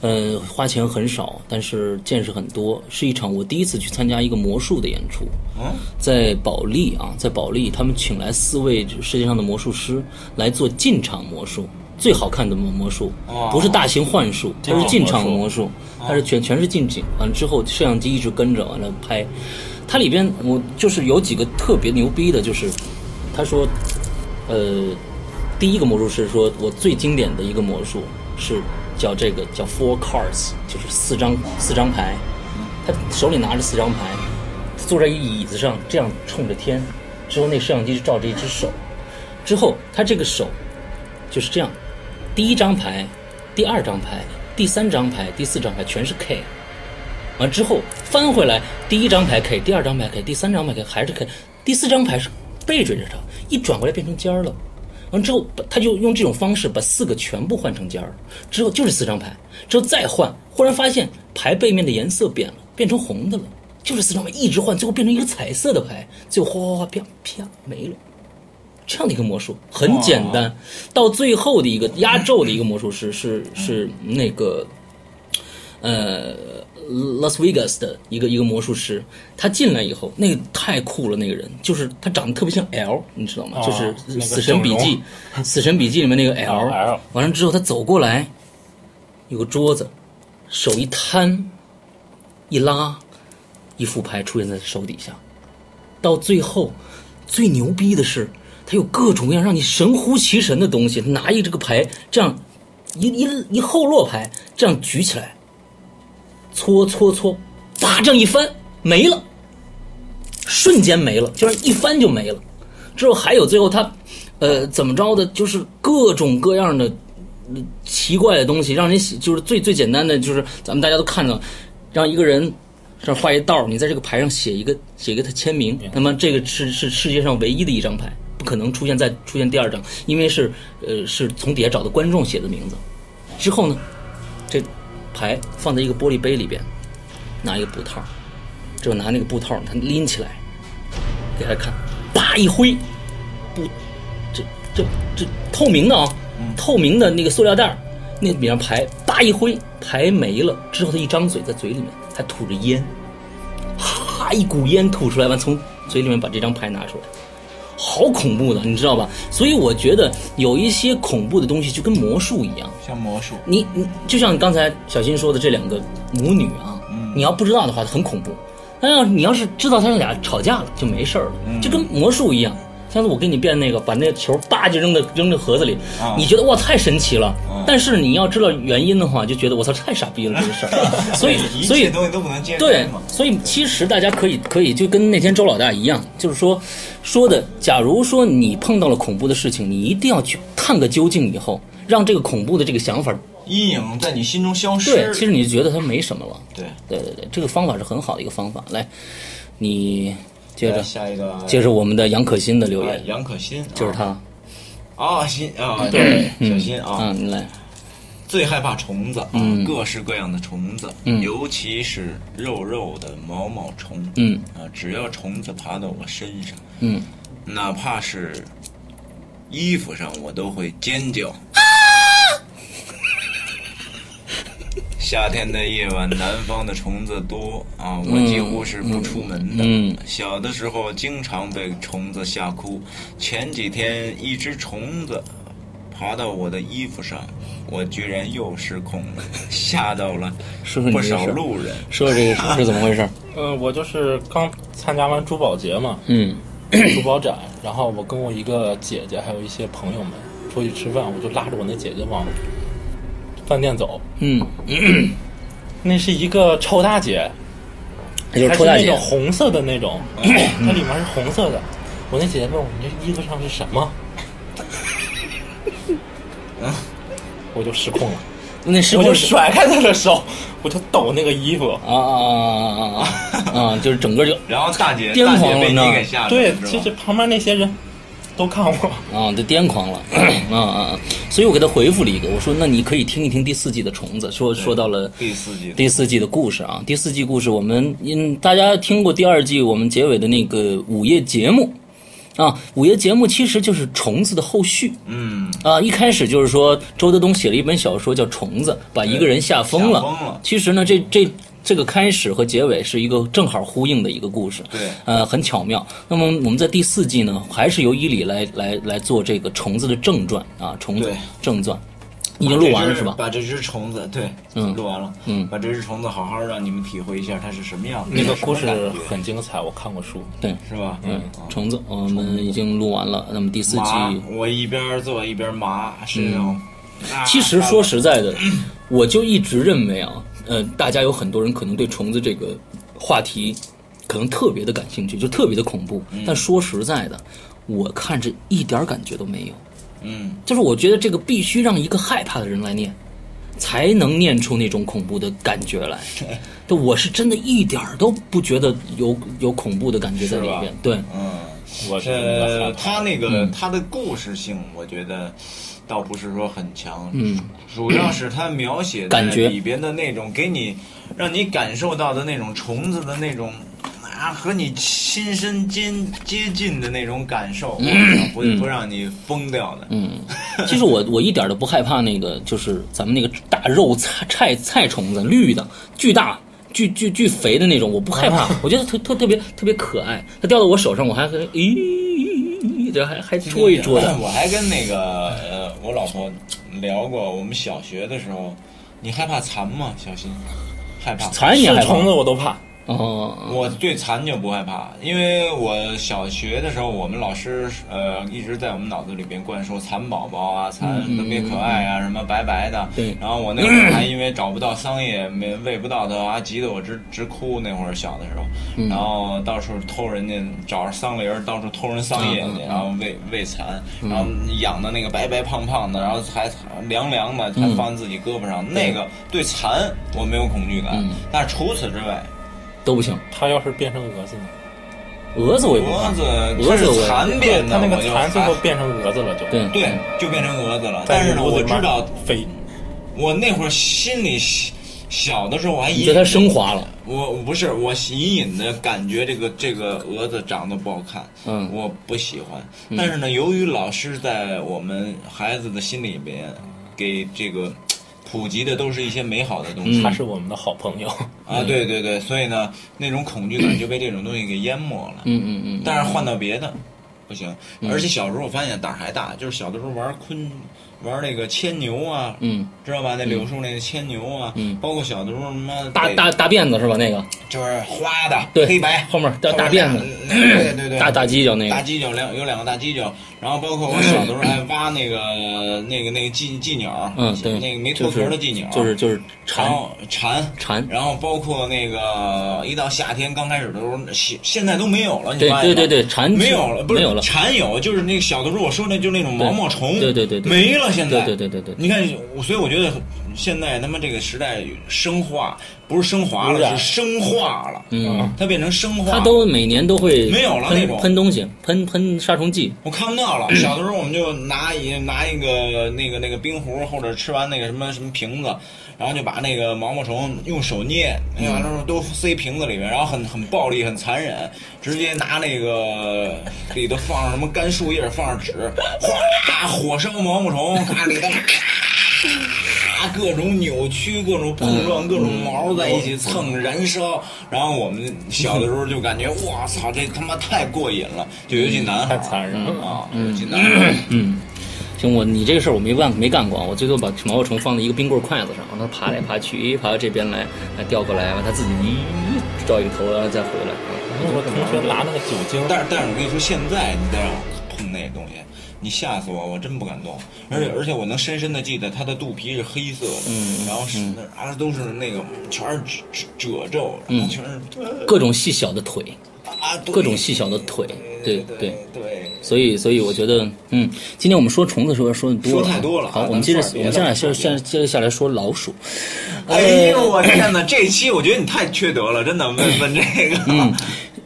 A: 呃，花钱很少，但是见识很多，是一场我第一次去参加一个魔术的演出，
B: 嗯，
A: 在保利啊，在保利，他们请来四位世界上的魔术师来做进场魔术，最好看的魔魔术
B: 哦，
A: 不是大型幻术，它是进场魔术，它是全全是近景，完了之后摄像机一直跟着，完了拍。它里边我就是有几个特别牛逼的，就是他说，呃，第一个魔术师说，我最经典的一个魔术是叫这个叫 four cards，就是四张四张牌，他手里拿着四张牌，坐在一椅子上这样冲着天，之后那摄像机就照着一只手，之后他这个手就是这样，第一张牌、第二张牌、第三张牌、第四张牌全是 K，完之后翻回来，第一张牌 K，第二张牌 K，第三张牌 K 还是 K，第四张牌是背对着他，一转过来变成尖儿了。完之后，把他就用这种方式把四个全部换成尖儿了，之后就是四张牌，之后再换，忽然发现牌背面的颜色变了，变成红的了，就是四张牌一直换，最后变成一个彩色的牌，最后哗哗哗啪啪没了。这样的一个魔术很简单，到最后的一个压轴的一个魔术师是
C: 嗯
A: 是那个呃，Las Vegas 的一个一个魔术师，他进来以后，那个太酷了，那个人就是他长得特别像 L，你知道吗？
C: 哦
A: 就是
C: 那
A: 《
C: 个
A: 死神笔记》死神笔记》里面那个 L，,
C: 哦，L
A: 完了之后他走过来，有个桌子，手一摊，一拉，一副牌出现在手底下，到最后，最牛逼的是，它有各种各样让你神乎其神的东西。拿一这个牌，这样一一一后落牌，这样举起来，搓搓搓，啪这样一翻没了，瞬间没了，就是一翻就没了。之后还有最后他，呃，怎么着的，就是各种各样的呃奇怪的东西，让人喜就是最最简单的，就是咱们大家都看到，让一个人这儿画一道儿，你在这个牌上写一个 写一个他签名，那么这个是是世界上唯一的一张牌，不可能出现再出现第二张，因为是呃是从底下找的观众写的名字。之后呢，这牌放在一个玻璃杯里边，拿一个布套儿，之后拿那个布套儿他拎起来，给他看，叭一挥，不，这这这透明的啊，透明的那个塑料袋儿，那里面牌叭一挥，牌没了。之后他一张嘴，在嘴里面还吐着烟，哈，一股烟吐出来，完从嘴里面把这张牌拿出来。好恐怖的，你知道吧？所以我觉得有一些恐怖的东西就跟魔术一样，
B: 像魔术，
A: 你你就像刚才小新说的这两个母女啊，
B: 嗯
A: 你要不知道的话很恐怖，但要是你要是知道他们俩吵架了就没事儿了，
B: 嗯
A: 就跟魔术一样。上次我给你变那个，把那球叭就扔到扔到盒子里，
B: 啊
A: 你觉得哇太神奇了，
B: 啊
A: 但是你要知道原因的话，就觉得我操太傻逼了这个事 儿，所以
B: 一
A: 所以
B: 切东西都不能接受
A: 对
B: 嘛，。
A: 所以其实大家可以可以就跟那天周老大一样，就是说说的，假如说你碰到了恐怖的事情，你一定要去探个究竟，以后让这个恐怖的这个想法，
B: 阴影在你心中消失。
A: 对，其实你就觉得它没什么了。
B: 对
A: 对对对，这个方法是很好的一个方法。来，你接
B: 来
A: 着
B: 下一个，
A: 接着我们的杨可欣的留
B: 哎
A: 言，
B: 杨可欣，
A: 就是他嗯
B: 啊，欣啊，对，小欣啊，
A: 啊，你来，
B: 最害怕虫子，啊
A: 嗯
B: 各式各样的虫子，尤其是肉肉的毛毛虫，
A: 嗯
B: 啊，只要虫子爬到我身上，
A: 嗯，
B: 哪怕是衣服上，我都会尖叫。 夏天的夜晚，南方的虫子多啊，我几乎是不出门的。
A: 嗯嗯
B: 小的时候经常被虫子吓哭。前几天一只虫子爬到我的衣服上，我居然又失控了，吓到了
A: 说说你
B: 不
A: 这事
B: 少
A: 儿，
B: 路人。
A: 说说这个是是怎么回事？
C: 嗯，我就是刚参加完珠宝节嘛，
A: 嗯
C: 珠宝展，然后我跟我一个姐姐还有一些朋友们出去吃饭，我就拉着我那姐姐往饭店走。
A: 嗯，
C: 那是一个臭大姐，
A: 也就是
C: 还
A: 臭
C: 是
A: 大
C: 那
A: 姐
C: 种，红色的那种， 它里面是红色的。我那姐姐问我：“你这衣服上是什么？” 我就失控了，
A: 那是
C: 我
A: 不
C: 就是甩开她的手，我就抖那个衣服。
A: 啊啊啊啊啊！就是整个就
B: 然后大姐，
A: 癫
B: 大姐
A: 狂了
B: 被
A: 呢
B: 你给吓着
C: 对
B: 了，，
C: 其
B: 是
C: 实
B: 吧？
C: 旁边那些人都看我。
A: 啊，就癫狂了，啊啊！啊所以我给他回复了一个，我说那你可以听一听第四季的虫子，说说到了。
B: 第四季
A: 第四季的故事啊，第四季故事，我们嗯，大家听过第二季我们结尾的那个午夜节目啊，午夜节目其实就是虫子的后续
B: 嗯，
A: 啊。一开始就是说周德东写了一本小说叫《虫子》，把一个人吓疯了。
B: 吓疯了
A: 其实呢，这这这个开始和结尾是一个正好呼应的一个故事。
B: 对
A: 呃，很巧妙。那么我们在第四季呢，还是由伊里来来来做这个虫子的正传啊，虫子
B: 对
A: 正传已经录完
B: 这
A: 了
B: 只
A: 是吧？
B: 把这只虫子，对，
A: 嗯
B: 录完了，
A: 嗯
B: 把这只虫子好好让你们体会一下它是什么样子，
C: 那个
B: 是什么
C: 故事
B: 感觉
C: 很精彩，我看过书。
A: 对。
B: 是吧？嗯啊
A: 虫子，我们已经录完了。那么第四季，
B: 麻，我一边做一边麻，是啊。啊
A: 其实说实在的，我就一直认为啊，呃，大家有很多人可能对虫子这个话题可能特别的感兴趣，就特别的恐怖。但说实在的，我看着一点儿感觉都没有。
B: 嗯，
A: 就是我觉得这个必须让一个害怕的人来念，才能念出那种恐怖的感觉来。对，我是真的一点儿都不觉得有有恐怖的感觉在里
B: 是
A: 边
B: 吧。
A: 对，
C: 我是
B: 嗯呃，
C: 他
B: 他那个
A: 嗯
B: 他的故事性，我觉得倒不是说很强，嗯，主要是他描写在
A: 感觉
B: 里边的那种给你让你感受到的那种虫子的那种啊，和你亲身接接近的那种感受，
A: 嗯
B: 不不让你疯掉的，嗯，
A: 其实我我一点都不害怕那个，就是咱们那个大肉菜菜菜虫子，绿的，巨大。巨巨巨肥的那种，我不害
B: 啊
A: 怕，我觉得特特特别特别可爱。它掉到我手上，我还会咦，这还还戳一戳的。
B: 我还跟那个呃我老婆聊过，我们小学的时候，你害怕蚕吗？小新，害怕
A: 哎蚕你
C: 是
A: 害怕
C: 虫子我都怕，
A: 啊、哦，
B: 我对残就不害怕，因为我小学的时候，我们老师呃一直在我们脑子里边灌输蚕宝宝啊，
A: 嗯
B: 蚕特别可爱啊，什么白白的。
A: 对
B: 然后我那会儿还因为找不到桑叶，没喂不到它啊，急得我直直哭。那会儿小的时候，
A: 嗯
B: 然后到处偷人家找着桑林儿，到处偷人桑叶
A: 嗯嗯
B: 去，
A: 嗯
B: 然后喂喂蚕，然后养的那个白白胖胖的，然后还凉凉的，
A: 嗯
B: 还放自己胳膊上。那个对蚕我没有恐惧感，
A: 嗯
B: 但是除此之外。
A: 都不行。
C: 它要是变成蛾子呢？
A: 蛾子我也不怕
B: 蛾，子，
A: 蛾子我
B: 它是
A: 也
B: 蚕变的，
C: 它那个
B: 我就
C: 蚕最后
B: 还
C: 变成蛾子了就，
A: 对，
B: 对，就变成蛾子了。
C: 在
B: 但是
C: 你
B: 呢，
C: 屋
B: 我
C: 里
B: 知
C: 慢
B: 道，
C: 飞，
B: 我那会儿心里小小的时候，我还
A: 你
B: 隐
A: 觉得它升华了，
B: 我不是我隐隐的感觉这个这个蛾子长得不好看，
A: 嗯
B: 我不喜欢。但是呢，由于老师在我们孩子的心里边给这个普及的都是一些美好的东西，
C: 它是我们的好朋友。
B: 啊，对对对，所以呢，那种恐惧感就被这种东西给淹没了。
A: 嗯嗯嗯，
B: 但是换到别的，不行。而且小时候我发现胆儿还大，就是小的时候玩昆，玩那个牵牛啊，
A: 嗯，
B: 知道吧？那柳树那个牵牛啊，
A: 嗯
B: 包括小的时候什么
A: 大
B: 得
A: 大大辫子是吧？那个
B: 就是花的，
A: 对
B: 黑白
A: 后面叫大辫子，
B: 后面俩对对对，
A: 大大犄角那
B: 大
A: 个，
B: 犄角两有两个大犄角，然后包括我小的时候还挖那个那个那个寄寄鸟，
A: 嗯对
B: 那个没
A: 就
B: 脱
A: 是
B: 壳的寄鸟，
A: 就是就是
B: 然
A: 蝉
B: 后蝉
A: 蝉
B: 然后包括那个一到夏天刚开始的时候，现现在都没有了，你
A: 对
B: 发现吗
A: 对对对蝉
B: 没有了，不是
A: 没有了
B: 蝉有，就是那个小的时候我说那就那种毛毛虫，
A: 对对对对
B: 没了现在，
A: 对对对对对
B: 你看，我所以我觉得现在他妈这个时代生化不是升华
C: 污染
B: 了，是生化了，
A: 嗯，
B: 它变成生化，
A: 它都每年都会
B: 没有了那
A: 喷
B: 种
A: 喷东西，喷喷杀虫剂，
B: 我看不到了。小的时候我们就拿一拿一个那个那个冰壶，或者吃完那个什么什么瓶子，然后就把那个毛毛虫用手捏，哎捏完之后都塞瓶子里面，然后很很暴力、很残忍，直接拿那个里头放上什么干树叶，放上纸，哗，火烧毛毛虫，咔里头。咔各种扭曲，各种碰撞，各种毛在一起蹭燃烧，然后我们小的时候就感觉，我操，这他妈太过瘾了，就尤其男孩
C: 太
B: 儿
C: 残忍
A: 嗯
C: 了
B: 啊，尤其男孩儿。
A: 行，我你这个事儿我没干没干过，啊，我最多把毛毛虫放在一个冰棍儿筷子上，让它爬来爬去，爬到这边来，哎掉过来，然后它自己咦照一个头，然后再回来。啊
C: 我同学拿那个酒精，
B: 但是但是我跟你说，现在你再让我碰那东西，你吓死我，我真不敢动。
A: 嗯
B: 而且而且我能深深的记得，它的肚皮是黑色的，然后是
A: 嗯
B: 那啊都是那个全是褶褶皱，然后全是、
A: 各种细小的腿，
B: 啊对
A: 嗯各种细小的腿，对
B: 对
A: 对。
B: 对
A: 所以，所以我觉得，嗯，今天我们说虫子说说的多了啊，
B: 说太多了啊
A: 好，我
B: 咱
A: 们
B: 们
A: 接着，
B: 说
A: 我
B: 点
A: 们
B: 别
A: 接着，
B: 的
A: 接着，接着下来说老鼠。呃
B: 哎呦我天哪！这期我觉得你太缺德了，真的问问这个，
A: 嗯，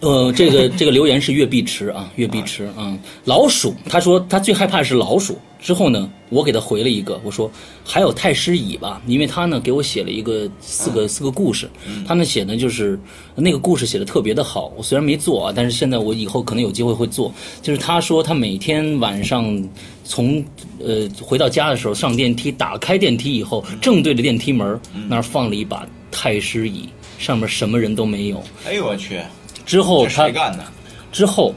A: 呃，这个这个留言是岳碧池啊，岳碧池啊，老鼠，他说他最害怕是老鼠。之后呢，我给他回了一个，我说还有太师椅吧，因为他呢给我写了一个四个、四个故事，
B: 嗯
A: 他呢写呢就是那个故事写的特别的好，我虽然没做啊，但是现在我以后可能有机会会做。就是他说他每天晚上从呃回到家的时候上电梯，打开电梯以后，
B: 嗯
A: 正对着电梯门儿那儿放了一把太师椅，上面什么人都没有。
B: 哎呦我去，
A: 之后
B: 这谁
A: 哦他
B: 干的？
A: 之后，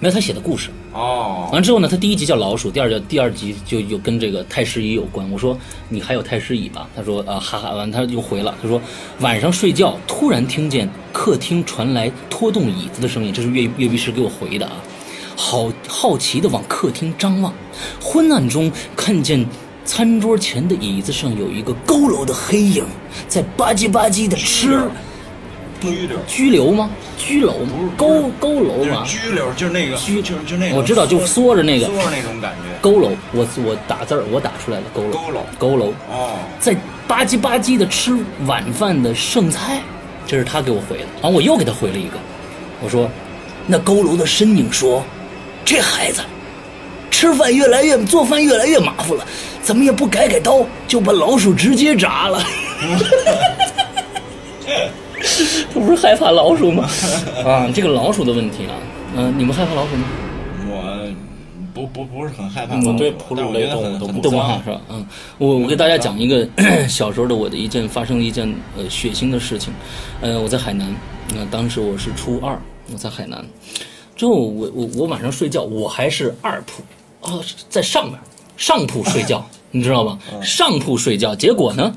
A: 没有他写的故事。
B: 哦，
A: 完之后呢，他第一集叫老鼠，第二叫第二集就有跟这个太师椅有关。我说你还有太师椅吧？他说啊哈哈，完他又回了，他说晚上睡觉突然听见客厅传来拖动椅子的声音，这是阅阅毕师给我回的啊。好好奇的往客厅张望，昏暗中看见餐桌前的椅子上有一个佝偻的黑影在吧唧吧唧的吃
B: 拘留
A: 拘留吗？拘留吗？佝佝偻
B: 就
A: 吗
B: 是？拘留，就是那个
A: 拘
B: 就是就那种，
A: 我知道就是缩着那个
B: 缩着那种感觉，
A: 佝偻，我我打字儿我打出来了，佝偻，
B: 佝偻
A: 佝偻，
B: 哦。
A: 在吧唧吧唧的吃晚饭的剩菜，这是他给我回的。然后我又给他回了一个，我说，那佝偻的身影说，这孩子，吃饭越来越做饭越来越马虎了，怎么也不改改刀，就把老鼠直接炸了。 他不是害怕老鼠吗？啊，这个老鼠的问题啊，嗯、你们害怕老鼠吗？
B: 我不不不是很害怕
A: 嗯
B: 老
A: 我
B: 鼠，
C: 对哺乳
B: 但我觉
C: 类
B: 得
C: 动物
B: 很
C: 都
B: 很
C: 不
A: 都不
B: 脏
A: 好是吧？嗯，我我给大家讲一个 小时候的我的一件发生一件呃血腥的事情，呃，我在海南，那、当时我是初二，我在海南，之后我我我晚上睡觉，我还是二铺啊、在上面上铺睡 觉，你知
B: 嗯
A: 道吗？上铺睡觉，结果呢，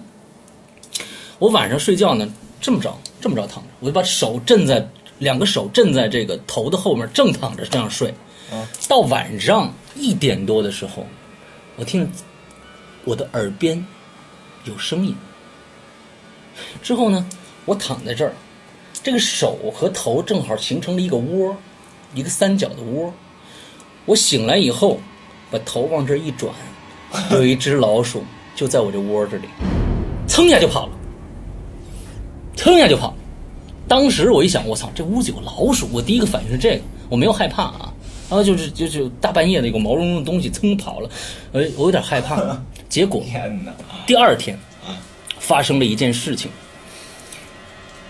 A: 我晚上睡觉呢这么着，这么着躺着，我就把手震在两个手震在这个头的后面，正躺着这样睡。到晚上一点多的时候，我听着我的耳边有声音。之后呢，我躺在这儿，这个手和头正好形成了一个窝，一个三角的窝。我醒来以后，把头往这儿一转，有一只老鼠就在我这窝这里，噌一下就跑了，噌一下就跑。当时我一想，我操，这屋子有老鼠，我第一个反应是这个，我没有害怕啊。然后就是就就大半夜的有个毛茸茸的东西噌跑了，呃，我有点害怕。结果
B: 天哪！
A: 第二天，发生了一件事情。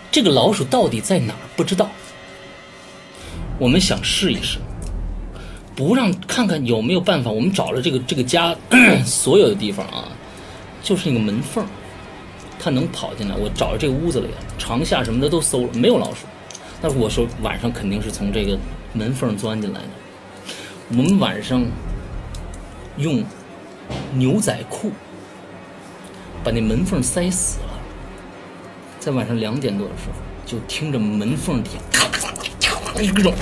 A: 这个老鼠到底在哪儿不知道，我们想试一试，不让看看有没有办法。我们找了这个这个家 所有的地方啊，就是那个门缝儿，它能跑进来。我找这个屋子里啊，床下什么的都搜了，没有老鼠。但是我说晚上肯定是从这个门缝儿钻进来的。我们晚上用牛仔裤把那门缝塞死了。在晚上两点多的时候，就听着门缝底下各种，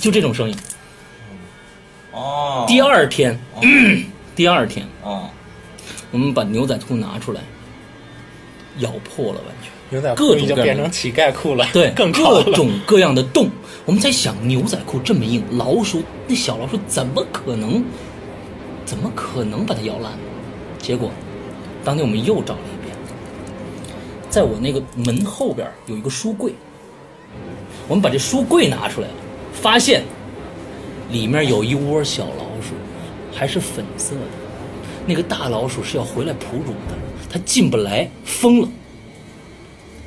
A: 就这种声音。
B: 哦，
A: 第二天， 第二天
B: 哦，
A: 我们把牛仔裤拿出来，咬破了完全。
C: 牛仔
A: 各
C: 裤
A: 种
C: 已经
A: 各样
C: 变
A: 的
C: 成乞丐裤了，
A: 对，
C: 更潮
A: 各
C: 了。
A: 种各样的洞。我们在想，牛仔裤这么硬，老鼠那小老鼠怎么可能，怎么可能把它咬烂？结果，当天我们又找了一遍，在我那个门后边有一个书柜，我们把这书柜拿出来了，发现里面有一窝小老鼠，还是粉色的。那个大老鼠是要回来哺乳的，它进不来，疯了。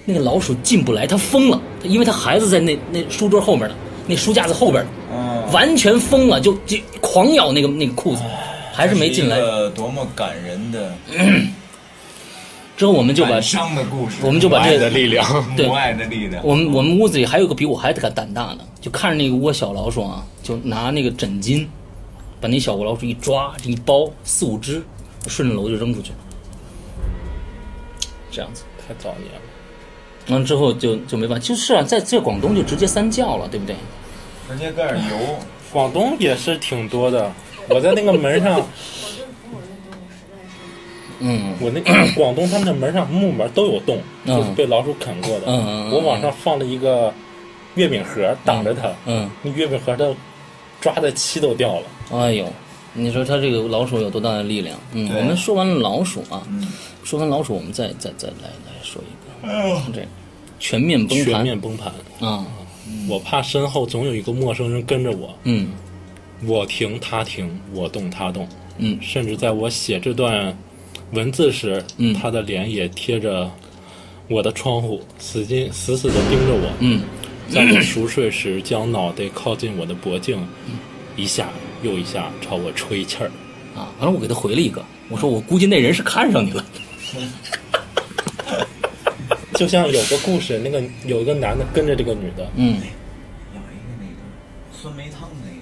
A: 那个老鼠进不来，它疯了，它因为它孩子在那那书桌后面呢，那书架子后边呢，
B: 嗯
A: 完全疯了，就就狂咬那个那个裤子，还是没进来
B: 这。一个多么感人的
A: 之后我们就把
B: 感伤的故事，
A: 我们就把
C: 爱
A: 这
C: 的力量，
A: 对
B: 母爱的力量。
A: 我们我们屋子里还有个比我还胆胆大的，就看着那个窝小老鼠啊，就拿那个枕巾，把那小老鼠一抓，这一包四五只，顺着楼就扔出去了，这样子。
C: 太造孽了。
A: 完了之后就就没办法，就是啊，在在广东就直接三教了，对不对？
B: 直接盖上 油，
C: 广东也是挺多的，我在那个门上，
E: 我认同我认同，我实在是
A: 嗯
C: 我那个广东他们的门上木门都有洞，
A: 嗯
C: 就是被老鼠啃过的。
A: 嗯嗯嗯
C: 我往上放了一个月饼盒挡着它，
A: 嗯，
C: 那月饼盒它抓的漆都掉了。
A: 哎呦，你说它这个老鼠有多大的力量？嗯，
B: 对
A: 我们说完了老鼠啊，
B: 嗯，
A: 说完老鼠，我们再再再来来说一
B: 哎呦，
A: 个这个全面崩
C: 全
A: 盘
C: 面崩盘，
A: 啊，
C: 我怕身后总有一个陌生人跟着我，
A: 嗯
C: 我停他停，我动他动，
A: 嗯
C: 甚至在我写这段文字时，
A: 嗯
C: 他的脸也贴着我的窗户，死劲死死地盯着我。
A: 嗯
C: 在我熟睡时，将脑袋靠近我的脖颈，
A: 嗯
C: 一下又一下朝我吹气儿。
A: 啊，完了我给他回了一个，我说我估计那人是看上你了，
C: 就像有个故事，那个有一个男的跟着这个女的，
A: 嗯
B: 有一个那个酸梅汤那个，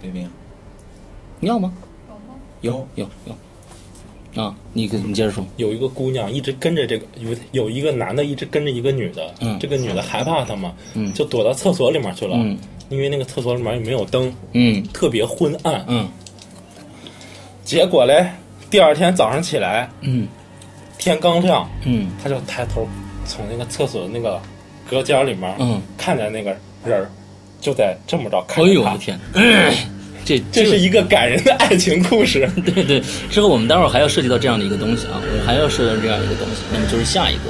B: 对面
A: 你要吗？
E: 有吗？
B: 有
A: 有有，啊，你跟你接着说，
C: 有一个姑娘一直跟着这个有有一个男的一直跟着一个女的，
A: 嗯
C: 这个女的害怕他嘛，
A: 嗯
C: 就躲到厕所里面去了，
A: 嗯
C: 因为那个厕所里面也没有灯，
A: 嗯
C: 特别昏暗。
A: 嗯
C: 结果嘞，第二天早上起来，
A: 嗯
C: 天刚亮，
A: 嗯
C: 他就抬头从那个厕所那个隔间里面，
A: 嗯，
C: 看见那个人儿就在这么着
A: 哎
C: 看
A: 呦
C: 着
A: 我
C: 他
A: 的。天，这嗯
C: 这是一个感人的爱情故事。
A: 对对，之后我们待会儿还要涉及到这样的一个东西啊，我们还要涉及到这样一个东西，那么就是下一个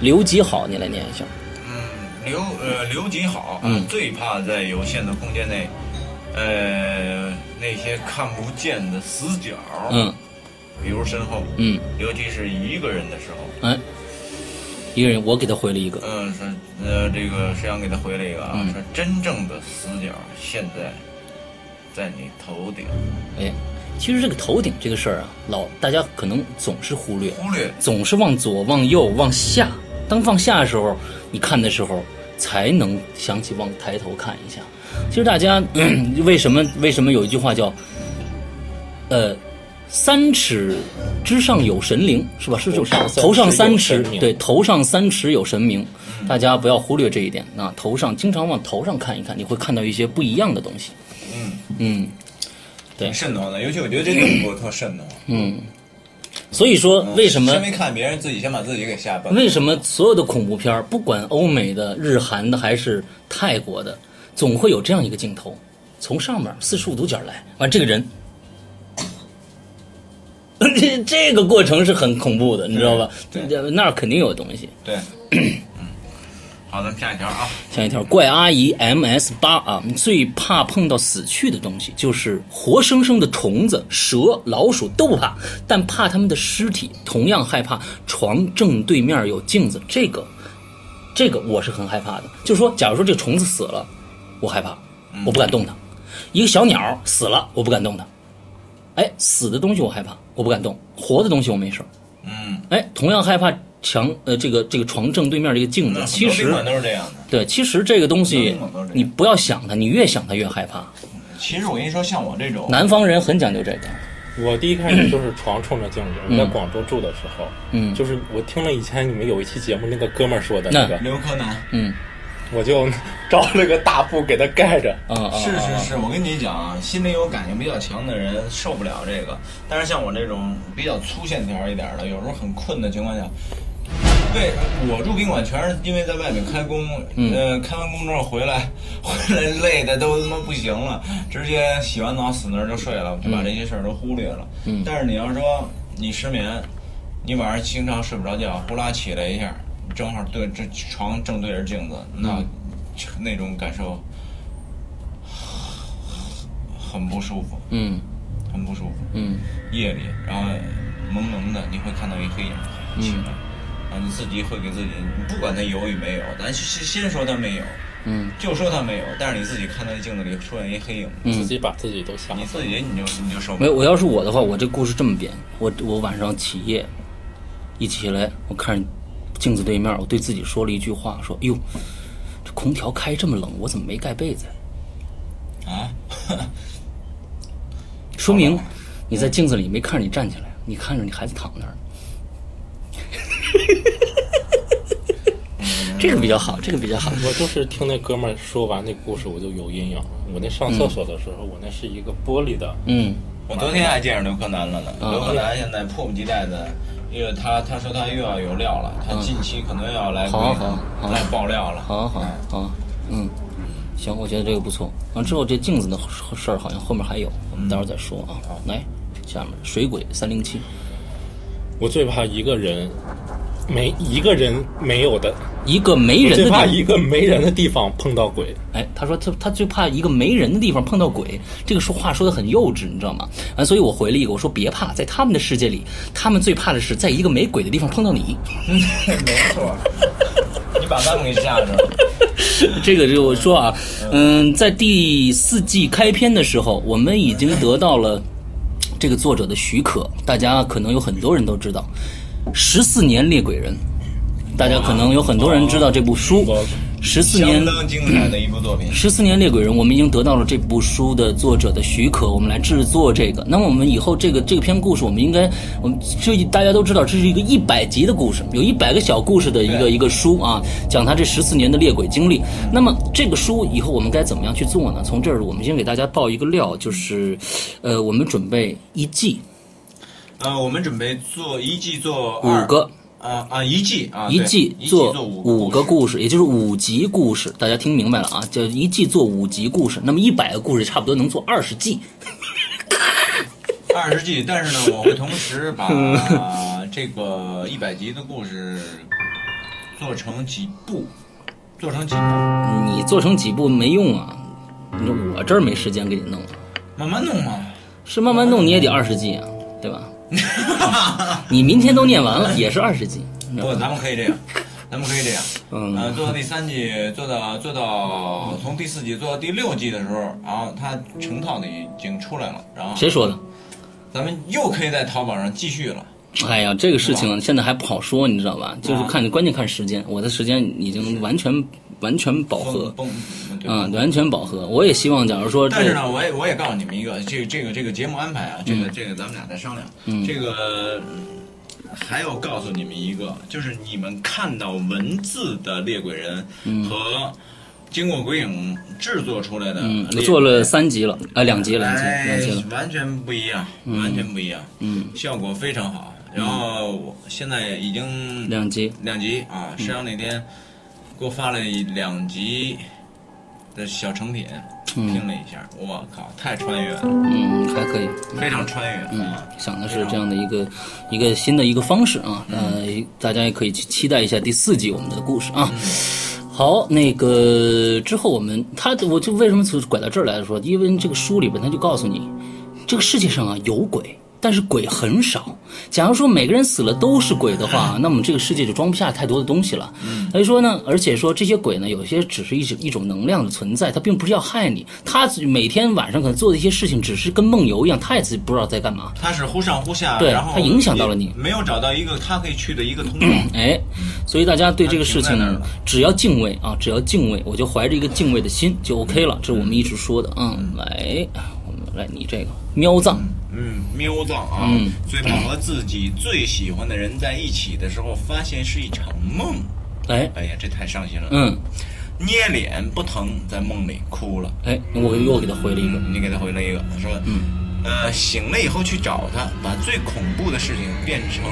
A: 刘吉好，你来念一下。
B: 嗯，刘呃刘瑾好，
A: 嗯
B: 最怕在有限的空间内，呃那些看不见的死角，
A: 嗯
B: 比如身后，
A: 嗯，
B: 尤其是一个人的时候，
A: 哎，一个人我给他回了一个，
B: 嗯、说呃这个石阳给他回了一个啊，
A: 嗯
B: 说真正的死角现在在你头顶，
A: 哎，其实这个头顶这个事儿啊，老大家可能总是忽略，
B: 忽略
A: 总是往左、往右、往下。当放下的时候，你看的时候才能想起往抬头看一下。 其实大家、嗯为什么为什么有一句话叫，呃，三尺之上有神灵，是吧？是这
C: 头上
A: 种
C: 三尺
A: 头上三
C: 有
A: 尺
C: 神，明
A: 对，头上三尺有神明，大家不要忽略这一点啊！头上经常往头上看一看，你会看到一些不一样的东西。嗯对
B: 挺慎农的，尤其我觉得这个我特慎农。
A: 嗯，所以说
B: 嗯
A: 为什么
B: 先没看别人，自己先把自己给吓崩。
A: 为什么所有的恐怖片儿，不管欧美的、日韩的还是泰国的，总会有这样一个镜头，从上面四十五度角来，完这个人， 这这个过程是很恐怖的，你知道吧？
B: 对
A: 那儿肯定有东西。
B: 对，嗯，好，咱们下一条啊。
A: 像一条怪阿姨 MS 八啊，最怕碰到死去的东西，就是活生生的虫子、蛇、老鼠都不怕，但怕他们的尸体，同样害怕床正对面有镜子，这个，这个我是很害怕的。就是说，假如说这虫子死了，我害怕，我不敢动它；一个小鸟死了，我不敢动它。哎，死的东西我害怕，我不敢动；活的东西我没事儿
B: 嗯，
A: 哎，同样害怕墙呃这个这个床正对面这个镜子
B: 那，
A: 其
B: 很
A: 实
B: 多宾馆都是这样的。
A: 对，其实这个东西
B: 嗯都是这样
A: 你不要想它，你越想它越害怕。
B: 其实我跟你说，像我这种，
A: 南方人很讲究这个，
C: 我第一开始就是床冲着镜子。我在广州住的时候，
A: 嗯
C: 就是我听了以前你们有一期节目那个哥们儿说的那个，
B: 刘柯南，
A: 嗯
C: 我就找了个大布给他盖着。
A: 啊啊，
B: 是
A: 啊
B: 是是，我跟你讲啊，心里有感情比较强的人受不了这个，但是像我这种比较粗线条一点的，有时候很困的情况下，为我住宾馆全是因为在外面开工，嗯、呃，开完工之后回来， 回来累的都他妈不行了，直接洗完澡死那儿就睡了，
A: 嗯
B: 就把这些事儿都忽略了。嗯、但是你要说你失眠，你晚上经常睡不着觉，呼啦起来一下，正好对这床正对着镜子，
A: 嗯
B: 那那种感受。很不舒服，
A: 嗯
B: 很不舒服。
A: 嗯
B: 夜里，然后蒙蒙的，你会看到一黑影起来，啊，你自己会给自己，你不管它有与没有，咱先先说它没有，
A: 嗯
B: 就说它没有，但是你自己看到镜子里出现一黑影，
C: 自
A: 嗯，
C: 己把自己都吓
B: 你
C: 死。
B: 自己你就你就受不
A: 没有，
B: 了。
A: 我要是我的话，我这故事这么编，我我晚上起夜，一起来，我看镜子对面，我对自己说了一句话，说：“哟，这空调开这么冷，我怎么没盖被子呀
B: 啊，
A: 说明你在镜子里没看着你站起来，你看着你孩子躺那儿。 这个比较好，这个比较好。
C: 我就是听那哥们儿说完那故事，我就有阴影了。我那上厕所的时候，我那是一个玻璃的，
A: 嗯
B: 我昨天还见着刘柯南了呢。
A: 啊
B: 刘柯南现在迫不及待的，因为他他说他又要有料了，他近期可能要来
A: 嗯好好好
B: 来爆料了。
A: 好
C: 哎
A: 好好，嗯，行，我觉得这个不错。完之后，这镜子的事儿好像后面还有，我们待会儿再说啊。来，下面水鬼三零七，
C: 我最怕一个人，没一个人没有的，
A: 一个没人的
C: 最
A: 地
C: 怕
A: 方，
C: 一个没人的地方碰到鬼。
A: 哎，他说他他最怕一个没人的地方碰到鬼，这个说话说的很幼稚，你知道吗？啊，所以我回了一个，我说别怕，在他们的世界里，他们最怕的是在一个没鬼的地方碰到你。
B: 没错，你把他们给吓 着了。
A: 这个就我说啊，嗯，在第四季开篇的时候，我们已经得到了这个作者的许可，大家可能有很多人都知道，《十四年猎鬼人》，大家可能有很多人知道这部书，《十四年
B: 相》当精彩的一部作品。
A: 十四年猎鬼人，我们已经得到了这部书的作者的许可，我们来制作这个。那么我们以后这个这篇故事，我们应该，我们这大家都知道，这是一个一百集的故事，有一百个小故事的一个一个书啊，讲他这十四年的猎鬼经历。那么这个书以后我们该怎么样去做呢？从这儿我们先给大家爆一个料，就是，呃，我们准备一季
B: 呃，我们准备做一季做
A: 五
B: 二
A: 个。
B: 啊啊一季啊
A: 一
B: 对
A: 季
B: 一季
A: 做
B: 五
A: 个
B: 故事
A: 故事，也就是五集故事，大家听明白了啊？就一季做五集故事，那么一百个故事差不多能做二十季。
B: 二十季，但是呢，我会同 时把
A: 嗯
B: 这个一百集的故事做成几部，做成几部，
A: 你做成几部没用啊，你说我这儿没时间给你弄，啊
B: 慢慢弄嘛。
A: 是慢慢弄你也得二十季啊，对吧？你明天都念完了，也是二十季。
B: 不，咱们可以这样，咱们可以这样。
A: 嗯
B: 呃，做到第三季，做到做到从第四季做到第六季的时候，然后它成套的已经出来了，然后
A: 谁说的？
B: 咱们又可以在淘宝上继续了。
A: 哎呀，这个事情现在还不好说，你知道吧？就是看，关键看时间。我的时间已经完全完全饱和
B: 崩，崩，嗯对吧
A: 啊、完全饱和。我也希望，假如说这，
B: 但是呢，我也我也告诉你们一个，这个这个这个节目安排啊，这
A: 嗯
B: 个这个咱们俩再商量。这个呃还要告诉你们一个，就是你们看到文字的猎鬼人
A: 嗯
B: 和经过鬼影制作出来的猎
A: 嗯，
B: 鬼人，
A: 做了三集了，啊、两集，两集，
B: 哎
A: 两集了，，
B: 完全不一样，完全不一样，
A: 嗯，
B: 效果非常好。然后我现在已经
A: 两嗯集。
B: 两集啊，石阳那天给我发了两集的小成品，听了一下，我靠，太穿越了，
A: 嗯，还可以。
B: 非常穿越啊！
A: 想的是这样的一个一个新的一个方式啊，呃，大家也可以去期待一下第四季我们的故事啊。好，那个之后我们他我就为什么拐到这儿来说，因为这个书里边他就告诉你，这个世界上啊有鬼。但是鬼很少。假如说每个人死了都是鬼的话，那么这个世界就装不下太多的东西了。所以说呢，而且说这些鬼呢，有些只是一种一种能量的存在，它并不是要害你。他每天晚上可能做的一些事情，只是跟梦游一样，他也自己不知道在干嘛。
B: 他是忽上忽下，
A: 对
B: 然后
A: 它影响到了你
B: 也没有找到一个他可以去的一个通道。
A: 哎，所以大家对这个事情
B: 它停在那儿
A: 呢
B: 了，
A: 只要敬畏啊，只要敬畏，我就怀着一个敬畏的心就 OK
B: 嗯
A: 了。这是我们一直说的啊。来，我们来你这个喵藏，
B: 嗯，喵藏啊，最怕和自己最喜欢的人在一起的时候，发现是一场梦。
A: 哎，
B: 哎呀，这太伤心了。
A: 嗯，
B: 捏脸不疼，在梦里哭了。
A: 哎，我又给他回了一个，
B: 嗯你给他回了一个，说，呃，醒了以后去找他，把最恐怖的事情变成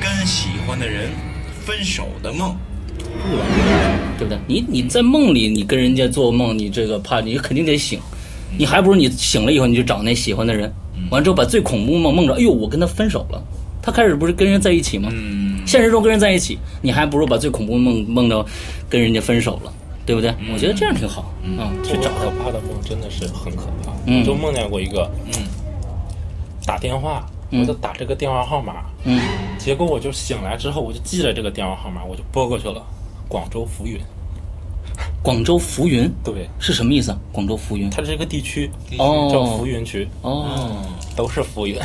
B: 跟喜欢的人分手的梦。
A: 对不对？你你在梦里，你跟人家做梦，你这个怕你肯定得醒，你还不如你醒了以后你就找那喜欢的人，
B: 嗯
A: 完之后把最恐怖梦梦着，哎呦，我跟他分手了。他开始不是跟人在一起吗？
B: 嗯，
A: 现实中跟人在一起，你还不如把最恐怖梦梦到跟人家分手了，对不对？我觉得这样挺好啊，去
C: 这
A: 找
C: 种
A: 他
C: 可。怕的梦真的是很可怕。
A: 嗯
C: 我就梦见过一个，
B: 嗯，
C: 打电话，
A: 嗯
C: 我就打这个电话号码，
A: 嗯，
C: 结果我就醒来之后，我就记着这个电话号码，我就拨过去了。广州浮云，
A: 广州浮云
C: 对，
A: 是什么意思啊？广州浮云
C: 它是一个地区，叫浮
A: 哦
C: 云区，
A: 哦，
C: 都是浮云。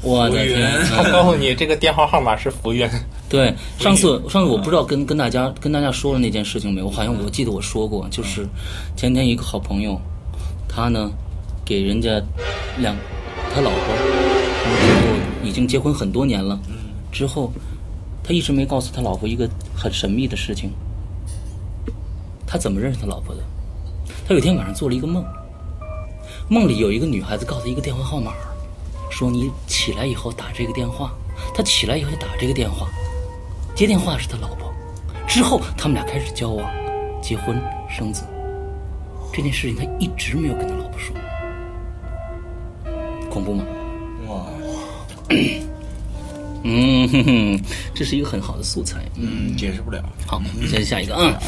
A: 我的天！嗯
B: 浮
C: 他告诉你这个电话号码是浮云，
A: 对，上次上次我不知道跟跟大家跟大家说了那件事情没有，我好像我记得我说过，就是前天一个好朋友，他呢给人家两他老婆，然后已经结婚很多年了，之后他一直没告诉他老婆一个很神秘的事情，他怎么认识他老婆的？他有一天晚上做了一个梦，梦里有一个女孩子告诉他一个电话号码，说你起来以后打这个电话。他起来以后就打这个电话，接电话是他老婆，之后他们俩开始交往、结婚、生子。这件事情他一直没有跟他老婆说，恐怖吗？
B: 哇，
A: 嗯，哼哼，这是一个很好的素材。嗯，
B: 嗯，解释不了。
A: 好，我们先下一个啊，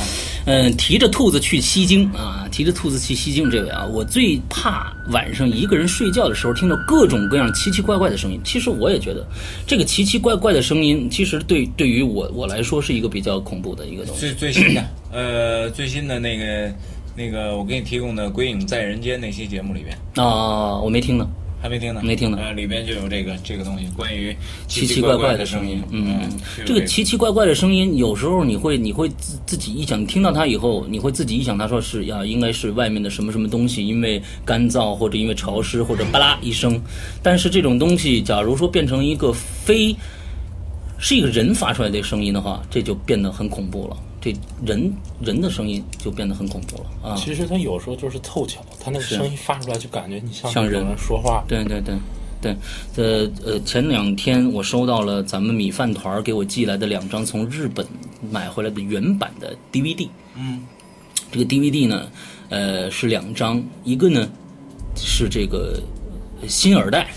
A: 嗯，提着兔子去西京啊，提着兔子去西京。这位啊，我最怕晚上一个人睡觉的时候听到各种各样奇奇怪怪的声音。其实我也觉得，这个奇奇怪怪的声音，其实对对于我我来说是一个比较恐怖的一个东西。
B: 最最新的， 呃，最新的那个那个我给你提供的《鬼影在人间》那期节目里边。
A: 啊、我没听呢。
B: 还没听呢，
A: 没听呢
B: 呃，里边就有这个这个东西，关于
A: 奇
B: 奇
A: 奇怪
B: 怪
A: 的
B: 声
A: 音
B: 音，，
A: 嗯，
B: 是有
A: 这个奇奇怪怪的声音，有时候你会你会自自己臆想，你听到它以后，你会自己臆想，它说是呀，应该是外面的什么什么东西，因为干燥或者因为潮湿或者吧啦一声，但是这种东西，假如说变成一个非是一个人发出来的声音的话，这就变得很恐怖了，这人人的声音就变得很恐怖了啊，
C: 其实他有时候就是凑巧，他那个声音发出来就感觉你像
A: 像
C: 有
A: 人
C: 人说话。
A: 对对对。对，呃呃，前两天我收到了咱们米饭团儿给我寄来的两张从日本买回来的原版的 DVD。
B: 嗯，
A: 这个 DVD 呢，呃，是两张，一个呢是这个呃新耳带，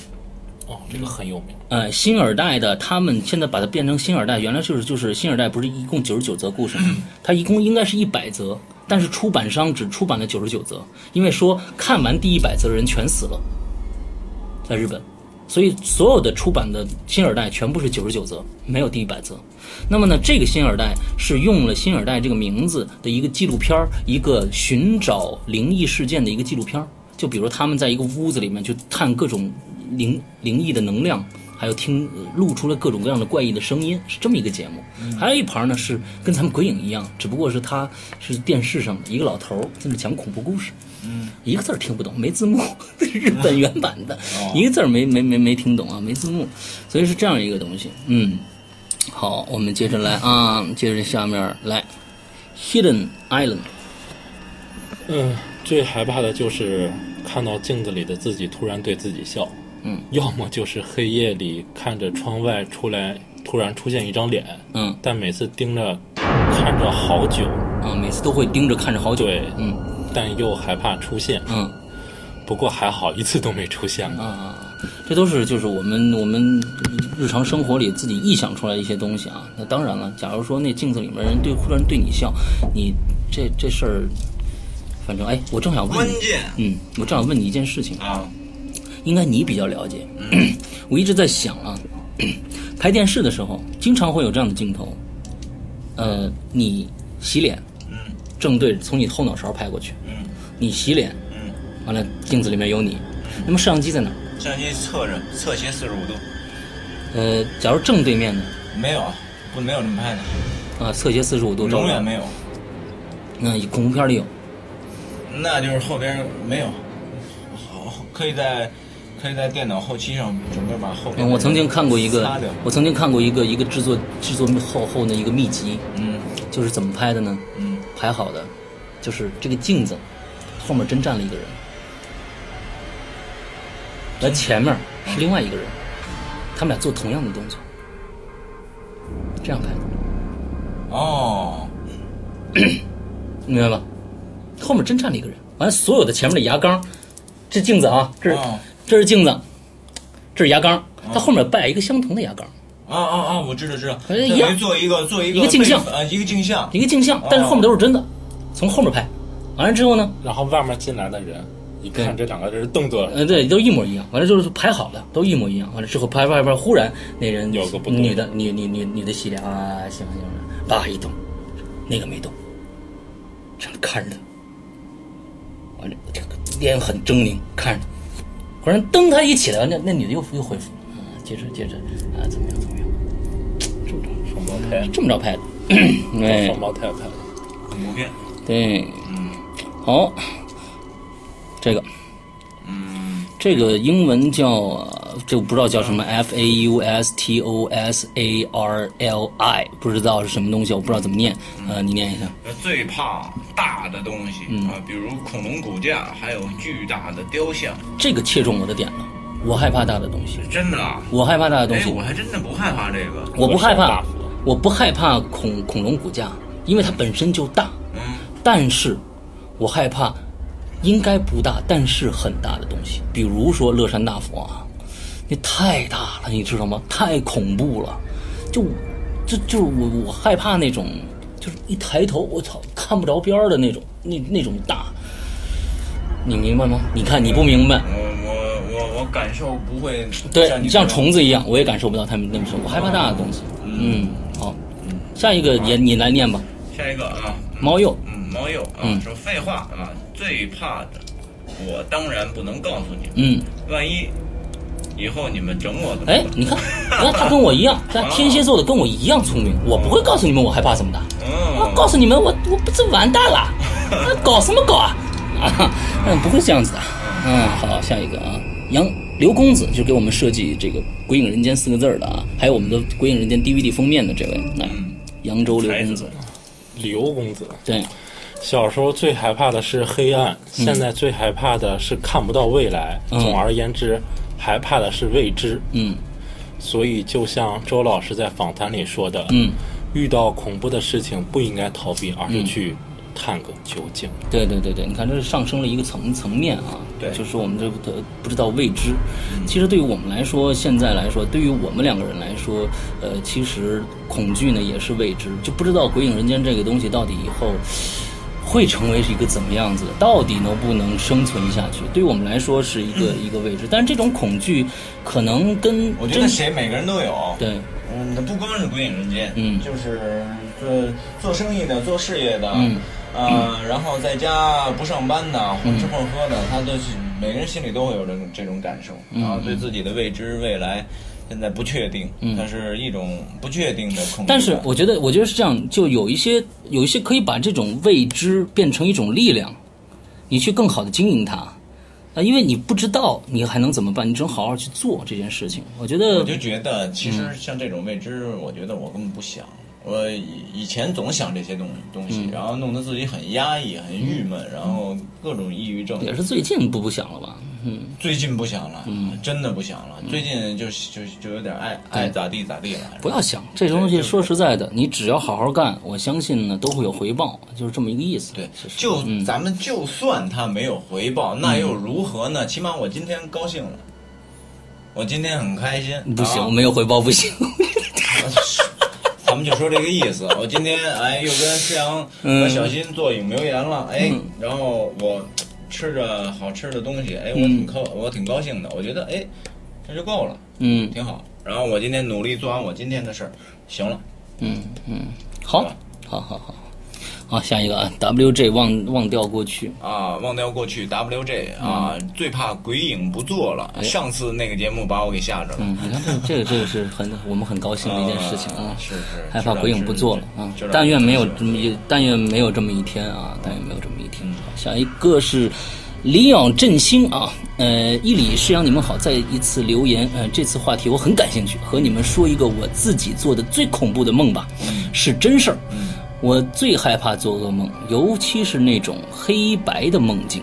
C: 哦，这个很有名。
A: 呃，新耳带的，他们现在把它变成新耳带，原来就是就是新耳带，不是一共九十九则故事吗，它一共应该是一百则，但是出版商只出版了九十九则，因为说看完第一百则的人全死了，在日本，所以所有的出版的新耳带全部是九十九则，没有第一百则。那么呢，这个新耳带是用了新耳带这个名字的一个纪录片儿，一个寻找灵异事件的一个纪录片儿。就比如他们在一个屋子里面去探各种灵灵异的能量，还有听呃录出了各种各样的怪异的声音，是这么一个节目。还有一盘呢是跟咱们鬼影一样，只不过是他是电视上的一个老头儿在那讲恐怖故事，嗯，一个字儿听不懂，没字幕， 日本原版的，一个字儿没没没没听懂啊，没字幕，所以是这样一个东西。嗯，好，我们接着来啊，接着下面来，Hidden Island。
C: 嗯，最害怕的就是看到镜子里的自己突然对自己笑，
A: 嗯，
C: 要么就是黑夜里看着窗外出来突然出现一张脸，
A: 嗯
C: 但每次盯着看着好久，
A: 啊，每次都会盯着看着好久。
C: 对，
A: 嗯
C: 但又害怕出现，
A: 嗯
C: 不过还好一次都没出现过。
A: 啊，这都是就是我们我们日常生活里自己臆想出来的一些东西啊。那当然了，假如说那镜子里面人对忽然对你笑，你这这事儿，反正哎，我正想问
B: 关
A: 你，
B: 键
A: 嗯，我正想问你一件事情，
B: 啊，
A: 应该你比较了解。我一直在想啊，拍电视的时候经常会有这样的镜头，呃，你洗脸，
B: 嗯
A: 正对着从你后脑勺拍过去，
B: 嗯
A: 你洗脸，
B: 嗯，
A: 完了镜子里面有你，那么摄像机在哪儿？
B: 摄像机侧着侧斜四十五度，
A: 呃，假如正对面呢？
B: 没有，啊不没有这么拍的，
A: 啊，侧斜四十五度照
B: 永
A: 着
B: 远。没有，
A: 嗯，恐怖片里有。
B: 那就是后边没有，好可以在可以在电脑后期上准备把后边
A: 嗯，我曾经看过一个
B: 擦掉，
A: 我曾经看过一个一个制作制作厚厚的一个秘籍，
B: 嗯
A: 就是怎么拍的呢？
B: 嗯，
A: 排好的，就是这个镜子后面真站了一个人，而前面是另外一个人，他们俩做同样的动作，这样拍的，
B: 哦，
A: 你明白吧？后面真站了一个人，完了所有的前面的牙缸，这镜子啊，这是、
B: 哦
A: 这是镜子，这是牙缸，它后面摆一个相同的牙缸。
B: 啊啊啊！我知道知道，
A: 反正一样
B: 等于做一个做一个
A: 一个镜像
B: 啊、一个镜像
A: 一个镜像，但是后面都是真的，从后面拍。完了之后呢，
C: 然后外面进来的人一看这两个人动作，
A: 呃，对，都一模一样。完了就是排好的，都一模一样。完了之后拍拍拍，忽然那人
C: 有个不动
A: 女的，女女女女的洗脸啊，行行行，叭一动，那个没动，这样看着他，完了这个脸很狰狞，看着他，忽然噔，他一起来，那那女的又又恢复，啊，接着接着啊，怎么样怎么样，这么着
C: 双胞胎，
A: 这么着拍的，
C: 找
A: 哎
C: 双，胞胎拍的，
B: 恐怖片，
A: 对，好，这个，
B: 嗯，
A: 这个英文叫呃这我不知道叫什么 F A U S T O S A R L I，不知道是什么东西，我不知道怎么念，呃，你念一下。
B: 最怕大的东西、
A: 嗯
B: 啊，比如恐龙骨架，还有巨大的雕像，
A: 这个切中我的点了，我害怕大的东西，
B: 真的啊！
A: 我害怕大的东
B: 哎，
A: 西，
B: 我还真的不害怕这个，
A: 我不
C: 我
A: 害
C: 手
A: 怕
C: 大，
A: 我不害怕恐恐龙骨架，因为它本身就大，
B: 嗯，
A: 但是我害怕应该不大，但是很大的东西，比如说乐山大佛啊，那太大了，你知道吗？太恐怖了，就就就是我我害怕那种，就是一抬头我操看不着边儿的那种，那那种大，你明白吗？你看你不明白。
B: 我我我我感受不会
A: 对
B: 像
A: 你
B: 你
A: 像
B: 这种
A: 虫子一样，我也感受不到他们那么深，我害怕大的东西。嗯，好，下一个也你来念吧，
B: 下一个啊，
A: 猫鼬。
B: 嗯，猫鼬啊，
A: 嗯
B: 说废话啊，最怕的，我当然不能告诉你们，
A: 嗯，
B: 万一以后你们整我怎么
A: 哎
B: 办？，
A: 你看，你看他跟我一样，他天蝎座的跟我一样聪明，我不会告诉你们我害怕什么的，我
B: 嗯，
A: 告诉你们我我不是完蛋了， 那搞什么搞啊？ 啊，嗯，不会这样子的。嗯，好，下一个啊，杨刘公子就给我们设计这个《鬼影人间》四个字儿的啊，还有我们的《鬼影人间》DVD 封面的这位，来，
B: 嗯
A: 扬州刘公子，
C: 刘公子。
A: 对，
C: 小时候最害怕的是黑暗，现在最害怕的是看不到未来。
A: 嗯
C: 总而言之，害怕的是未知。
A: 嗯
C: 所以，就像周老师在访谈里说的，
A: 嗯，
C: 遇到恐怖的事情不应该逃避，而是去探个究竟。
A: 对对对对，你看这是上升了一个层层面啊，
B: 对嗯
A: 就是我们这个不知道未知。其实对于我们来说，现在来说，对于我们两个人来说，呃，其实恐惧呢也是未知，就不知道《鬼影人间》这个东西到底以后会成为是一个怎么样子的，到底能不能生存下去，对于我们来说是一个、一个未知。但是这种恐惧可能跟
B: 我觉
A: 真
B: 得谁每个人都有，
A: 对
B: 嗯，不光是鬼影人间，
A: 嗯
B: 就是做做生意的、做事业的，
A: 嗯，
B: 呃，然后在家不上班的、混
A: 嗯
B: 吃混
A: 嗯
B: 喝的，他都是每个人心里都会有这种这种感受，然后对自己的未知未来。现在不确定，它是一种不确定的
A: 嗯
B: 恐惧感。
A: 但是我觉得，我觉得是这样，就有一些有一些可以把这种未知变成一种力量，你去更好的经营它啊，因为你不知道你还能怎么办，你只能好好去做这件事情。我觉
B: 我
A: 得
B: 就觉得，其实
A: 嗯
B: 像这种未知，我觉得我根本不想。我以以前总想这些东东
A: 嗯
B: 西，然后弄得自己很压抑、很郁闷，然后各种抑郁症。
A: 也是最近不不想了吧，嗯，
B: 最近不想了，真的不想了。最近就就就有点爱爱咋地咋地了。
A: 不要想这东
B: 对
A: 西，
B: 就是
A: 说实在的，你只要好好干，我相信呢都会有回报，就是嗯这么一个意思。
B: 对，就咱们就算他没有回报，那
A: 嗯
B: 又如何呢？起码我今天高兴了，我今天很开心。
A: 不行，
B: 啊
A: 没有回报不行。
B: 咱们就说这个意 思。我今天哎又跟思阳
A: 嗯
B: 和小新做影留言了，哎，然后我吃着好吃的东西，哎，我挺高，我挺高兴的。我觉得哎，这就够了，
A: 嗯
B: 挺好。然后我今天努力做完我今天的事儿，行了。
A: 嗯嗯，好，好好好，好，下一个啊，WJ 忘忘掉过去，
B: 啊，忘掉过去，WJ 啊，
A: 嗯
B: 最怕鬼影不做了。
A: 哎
B: 上次那个节目把我给吓着了。
A: 嗯，你看这这个这个是很我们很高兴的一件事情啊
B: 啊，是是
A: 害怕鬼影不做了
B: 是
A: 啊
B: 是是，
A: 但愿没有这
B: 是
A: 么一，但愿没有这么一天啊，但愿没有这么一天。下一个是。李昂振兴啊，呃，一里师阳，你们好，再一次留言，呃，这次话题我很感兴趣，和你们说一个我自己做的最恐怖的梦吧，是真事儿。我最害怕做噩梦，尤其是那种黑白的梦境，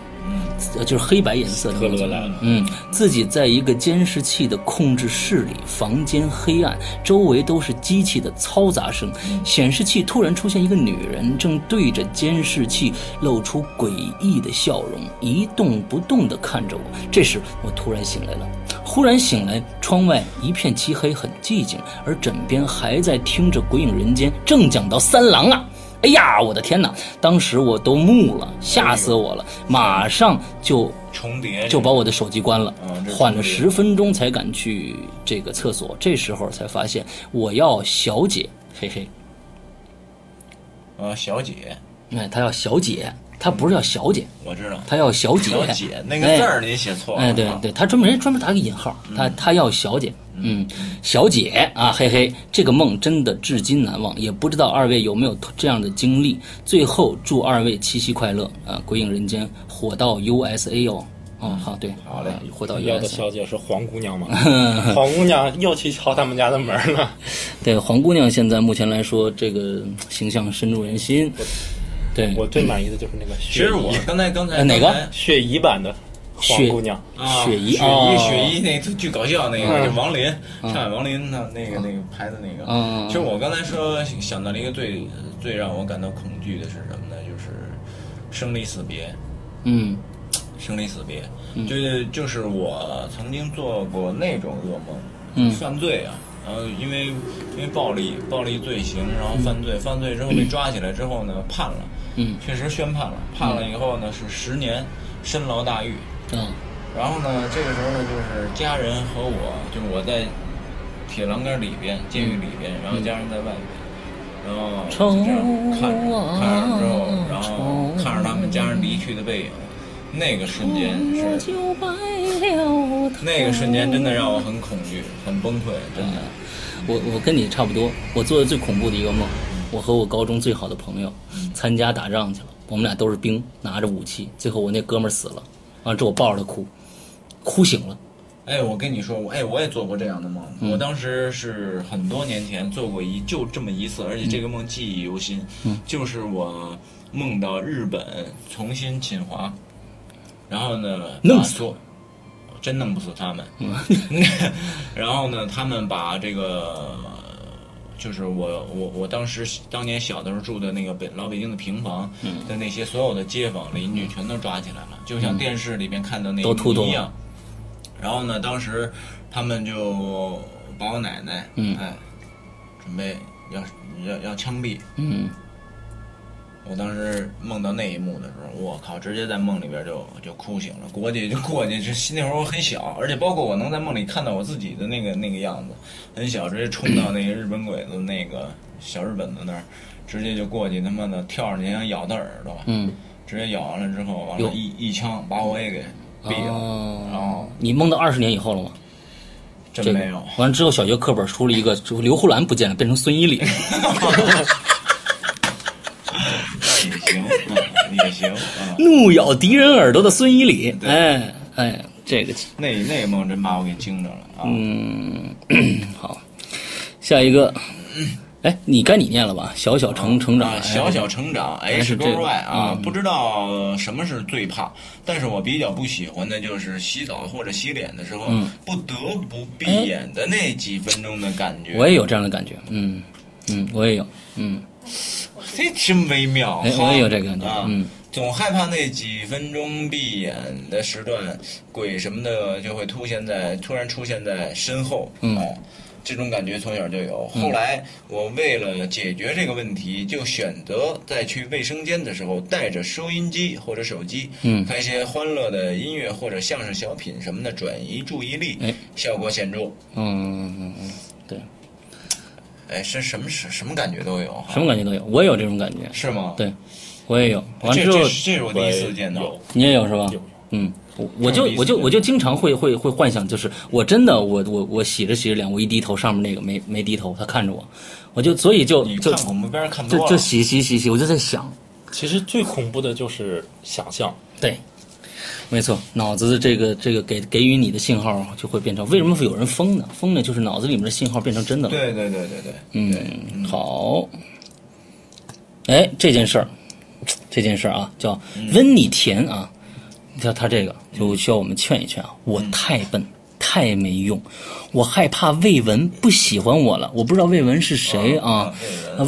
A: 呃就是黑白颜色的
C: 特
A: 梦
C: 勒
A: 境。
C: 来了，
A: 嗯，自己在一个监视器的控制室里，房间黑暗，周围都是机器的嘈杂声。显示器突然出现一个女人，正对着监视器露出诡异的笑容，一动不动地看着我。这时我突然醒来了，忽然醒来，窗外一片漆黑，很寂静，而枕边还在听着《鬼影人间》，正讲到三郎啊。哎呀，我的天哪！当时我都木了，吓死我了！马上就
B: 重叠
A: 就把我的手机关了
B: 啊这，是
A: 缓了十分钟才敢去这个厕所。这时候才发现我要小姐，嘿嘿，
B: 呃小姐，
A: 哎，她要小姐，她不是要小姐，
B: 我知道
A: 她要小姐，
B: 小姐那个字儿你写错了。啊嗯
A: 哎，哎，对对，她专门人专门打个引号，她她要小姐，嗯，小姐啊，嘿嘿，这个梦真的至今难忘，也不知道二位有没有这样的经历。最后祝二位七夕快乐啊！鬼影人间火到 USA 哦，哦，好，对，
B: 好嘞
A: 啊火到
C: 要的
A: USA。
C: 小姐是黄姑娘吗？黄姑娘又去敲他们家的门了。
A: 对，黄姑娘现在目前来说，这个嗯形象深入人心。对，
C: 我最满意的就是那个
B: 其
C: 雪
B: 实我
C: 姨，
B: 刚才刚才
A: 呃哪个
B: 刚才
C: 雪姨版的黄
A: 雪
C: 姑娘，
B: 啊，
A: 雪姨
B: 雪
A: 哦
B: 姨，雪姨那巨搞笑那个，
C: 嗯
B: 就王林，上海王林他那个那个拍的那个。
A: 嗯
B: 其实我刚才说想到了一个最最让我感到恐惧的是什么呢？就是生离死别，
A: 嗯
B: 生离死别，就是就是我曾经做过那种噩梦，
A: 嗯
B: 犯罪啊，然后因为因为暴力暴力罪行，然后犯罪，犯罪之后被抓起来之后呢，判了，
A: 嗯
B: 确实宣判了，判了以后呢是十年深牢大狱，
A: 嗯
B: 然后呢，这个时候呢，就是家人和我，就是我在铁栏杆里边，监狱里边，然后家人在外边，然后就这样看着看着之后，然后看着他们家人离去的背影，那个瞬间是，那个瞬间真的让我很恐惧，很崩溃，真的。
A: 我我跟你差不多，我做的最恐怖的一个梦，我和我高中最好的朋友参加打仗去了，我们俩都是兵，拿着武器，最后我那哥们儿死了，完了之后我抱着他哭，哭醒了，
B: 哎，我跟你说，我哎，我也做过这样的梦。
A: 嗯
B: 我当时是很多年前做过一就这么一次，而且
A: 嗯
B: 这个梦记忆犹新。就是我梦到日本重新侵华，然后呢，
A: 弄
B: 把
A: 死嗯
B: 所真弄不死他们。 然后呢，他们把这个。就是我我我当时当年小的时候住的那个北老北京的平房
A: 嗯
B: 的那些所有的街坊邻居全都抓起来了，就像电视里面看到那
A: 都突突
B: 一样。然后呢，当时他们就把我奶奶，
A: 嗯
B: 哎，准备要要要枪毙。
A: 嗯
B: 我当时梦到那一幕的时候，我靠，直接在梦里边就就哭醒了，过去就过去，就那会儿我很小，而且包括我能在梦里看到我自己的那个那个样子，很小，直接冲到那个日本鬼子那个小日本子那儿，直接就过去，他妈的跳上去想咬他耳朵，
A: 嗯，
B: 直接咬完了之后，完
A: 哟
B: 了一一枪把我也给毙了，然
A: 哦，
B: 后
A: 你梦到二十年以后了吗？
B: 真
A: 这个
B: 没有。
A: 完了之后，小学课本出了一个，就刘胡兰不见了，变成孙一 礼。
B: 那也行，嗯也行啊。
A: 怒咬敌人耳朵的孙一礼，
B: 对
A: 哎哎，这个
B: 那那一梦真把我给惊着了啊！
A: 嗯好，下一个，哎，你该你念了吧？小小成成长，
B: 啊，
A: 哎
B: 小小成长
A: 是
B: ，H
A: 这个
B: 勾 Y 啊
A: 嗯，
B: 不知道什么是最怕，但是我比较不喜欢的就是洗澡或者洗脸的时候
A: 嗯，哎
B: 不得不闭眼的那几分钟的感觉，
A: 我也有这样的感觉，嗯嗯，我也有，嗯，
B: 这真微妙。
A: 哎，
B: 哈
A: 我也有这个感觉
B: 哦啊，
A: 嗯，
B: 总害怕那几分钟闭眼的时段，鬼什么的就会突现在突然出现在身后，
A: 嗯
B: 啊这种感觉从小就有。后来我为了解决这个问题，就选择在去卫生间的时候带着收音机或者手机，
A: 嗯
B: 开一些欢乐的音乐或者相声小品什么的，转移注意力，
A: 哎
B: 效果显著。
A: 嗯嗯嗯，对，
B: 哎，是什么什什么感觉都有哈
A: 什么感觉都有，我也有这种感觉，
B: 是吗？，
A: 对，我也有。完
B: 这
A: 之后
B: 这是这是我第一次见到
C: 有。
A: 你也有是吧？
C: 有
A: 嗯，我我就
B: 有意思
A: 我就
B: 对
A: 我就经常会会会幻想，就是我真的我我我洗着洗着脸，我一低头，上面那个没没低头，他看着我，我就所以就
B: 你
A: 就
B: 看恐怖片儿看
A: 就
B: 多
A: 就
B: 了，
A: 洗洗洗洗，我就在想，
C: 其实最恐怖的就是想象，
A: 对，没错，脑子的这个这个给给予你的信号啊就会变成，为什么会有人疯呢？疯呢就是脑子里面的信号变成真的了。
B: 对对对对对，
A: 嗯，好。哎，这件事儿，这件事儿啊，叫
B: 嗯
A: 温你甜啊，叫他这个就需要我们劝一劝
B: 嗯
A: 啊。我太笨，太没用，我害怕魏文不喜欢我了。我不知道魏文是谁啊
B: 啊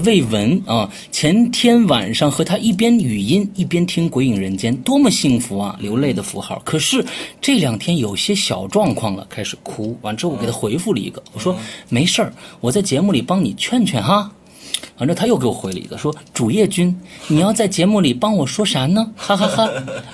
B: 魏
A: 啊
B: 文。
A: 魏文啊，前天晚上和他一边语音一边听《鬼影人间》，多么幸福啊！流泪的符号。可是这两天有些小状况了，开始哭。完之后，我给他回复了一个，我说没事儿，我在节目里帮你劝劝哈。完之后他又给我回了一个，说：“主页君，你要在节目里帮我说啥呢？”哈哈哈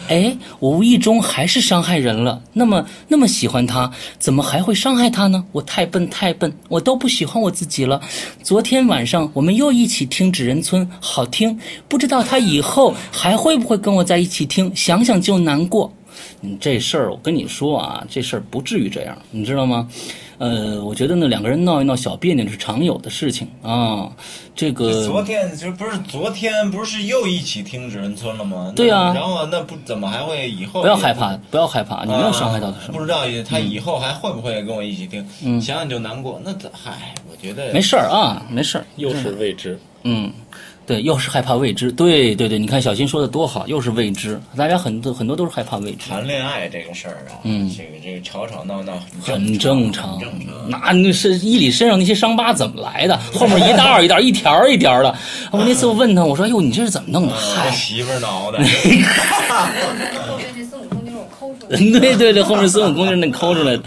A: 哎，我无意中还是伤害人了。那么，那么喜欢他，怎么还会伤害他呢？我太笨，太笨，我都不喜欢我自己了。昨天晚上我们又一起听《纸人村》，好听。不知道他以后还会不会跟我在一起听，想想就难过。你嗯这事儿，我跟你说啊，这事儿不至于这样，你知道吗？呃，我觉得呢，两个人闹一闹小别扭是常有的事情啊。这个
B: 昨天就不是昨天不是又一起听《纸人村》了吗？那
A: 对啊
B: 然后那不怎么还会以后
A: 不要
B: 也
A: 害怕，不要害怕，你没有伤害到他什
B: 啊不
A: 么。嗯
B: 知道也他以后还会不会跟我一起听？想想就难过。那咋嗨，我觉得
A: 没事儿啊，没事儿。
C: 又是未知。
A: 嗯，对，又是害怕未知。对对对，你看小新说的多好，又是未知。大家很多很多都是害怕未知，
B: 谈恋爱这个事儿啊，
A: 嗯
B: 这个这个吵吵闹闹
A: 很正常
B: 很正常。。
A: 那那是伊里身上那些伤疤怎么来的？后面一道儿一道儿，一条儿一条儿的。我那次我问他，我说：“哎呦，你这是怎么弄的？”
B: 这
A: 嗨，
B: 啊媳妇儿 挠的，
E: 后面这孙悟空就是我抠出来的。
A: 对对对，后面孙悟空就是那抠出来的，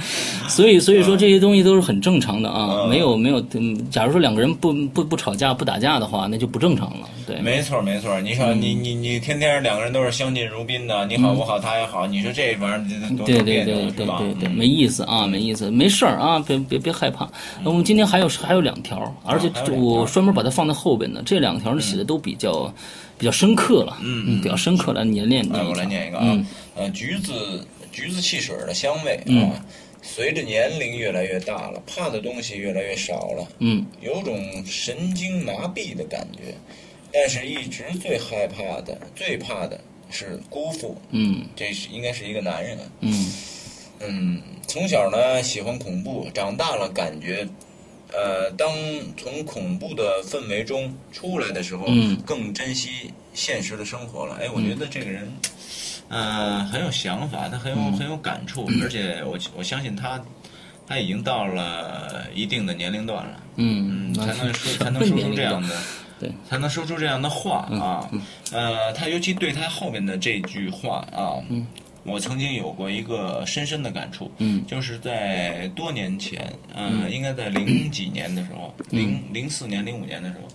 A: 所以所以说这些东西都是很正常的啊，
B: 嗯
A: 没有没有，嗯假如说两个人不不不吵架不打架的话，那就不正常了，对，
B: 没错没错。你
A: 嗯
B: 说你你你天天两个人都是相敬如宾的，你好我好他也好，你说这玩意儿这这多
A: 对
B: 多
A: 对
B: 别
A: 对
B: 扭
A: 对
B: 是
A: 对
B: 吧？
A: 对对，
B: 嗯嗯
A: 没意思啊，没意思，没事儿啊，别别别害怕。那我们今天还有还有两条，而且
B: 啊还有两条
A: 我专门把它放在后边的，这两条呢写的都比较比较深刻了，
B: 嗯
A: 嗯，比较深刻了。你念
B: 啊，我来
A: 念一条，
B: 念一个啊，
A: 嗯
B: 呃，橘子橘子汽水的香味啊，
A: 嗯
B: 随着年龄越来越大了，怕的东西越来越少了，
A: 嗯
B: 有种神经麻痹的感觉，但是一直最害怕的、最怕的是辜负，
A: 嗯
B: 这是应该是一个男人啊，
A: 嗯
B: 嗯，从小呢喜欢恐怖，长大了感觉，呃，当从恐怖的氛围中出来的时候，
A: 嗯
B: 更珍惜现实的生活了。哎，我觉得这个人，呃，很有想法，他很有、很有感触，而且我我相信他，他已经到了一定的年龄段了。
A: 嗯
B: 嗯，，才能说才能
A: 什么年
B: 说出
A: 龄
B: 这
A: 段
B: 样的，
A: 对，嗯
B: 才能说出这样的话啊。呃，他尤其对他后面的这句话啊，我曾经有过一个深深的感触，
A: 嗯
B: 就是在多年前，呃，应该在零几年的时候，
A: 嗯
B: 零零四年、零五年的时候，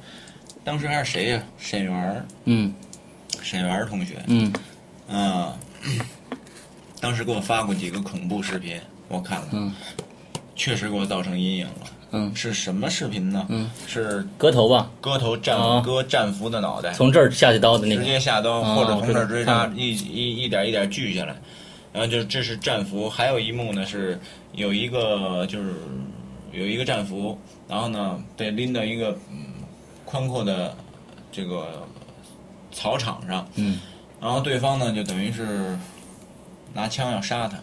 B: 当时还是谁呀？沈源儿，
A: 嗯
B: 沈源儿同学，
A: 嗯
B: 嗯，当时给我发过几个恐怖视频，我看了，
A: 嗯
B: 确实给我造成阴影了。
A: 嗯，
B: 是什么视频呢？
A: 嗯，
B: 是
A: 割头吧，
B: 割头战
A: 啊
B: 割战俘的脑袋，
A: 从这儿下去刀的那
B: 直
A: 个，
B: 接下刀
A: 啊
B: 或者
A: 我知
B: 从这
A: 道
B: 儿追
A: 看
B: 杀，一一一点一点锯下来。然后就这是战俘，还有一幕呢是有一个就是有一个战俘，然后呢被拎到一个嗯宽阔的这个草场上，
A: 嗯，
B: 然后对方呢就等于是拿枪要杀他，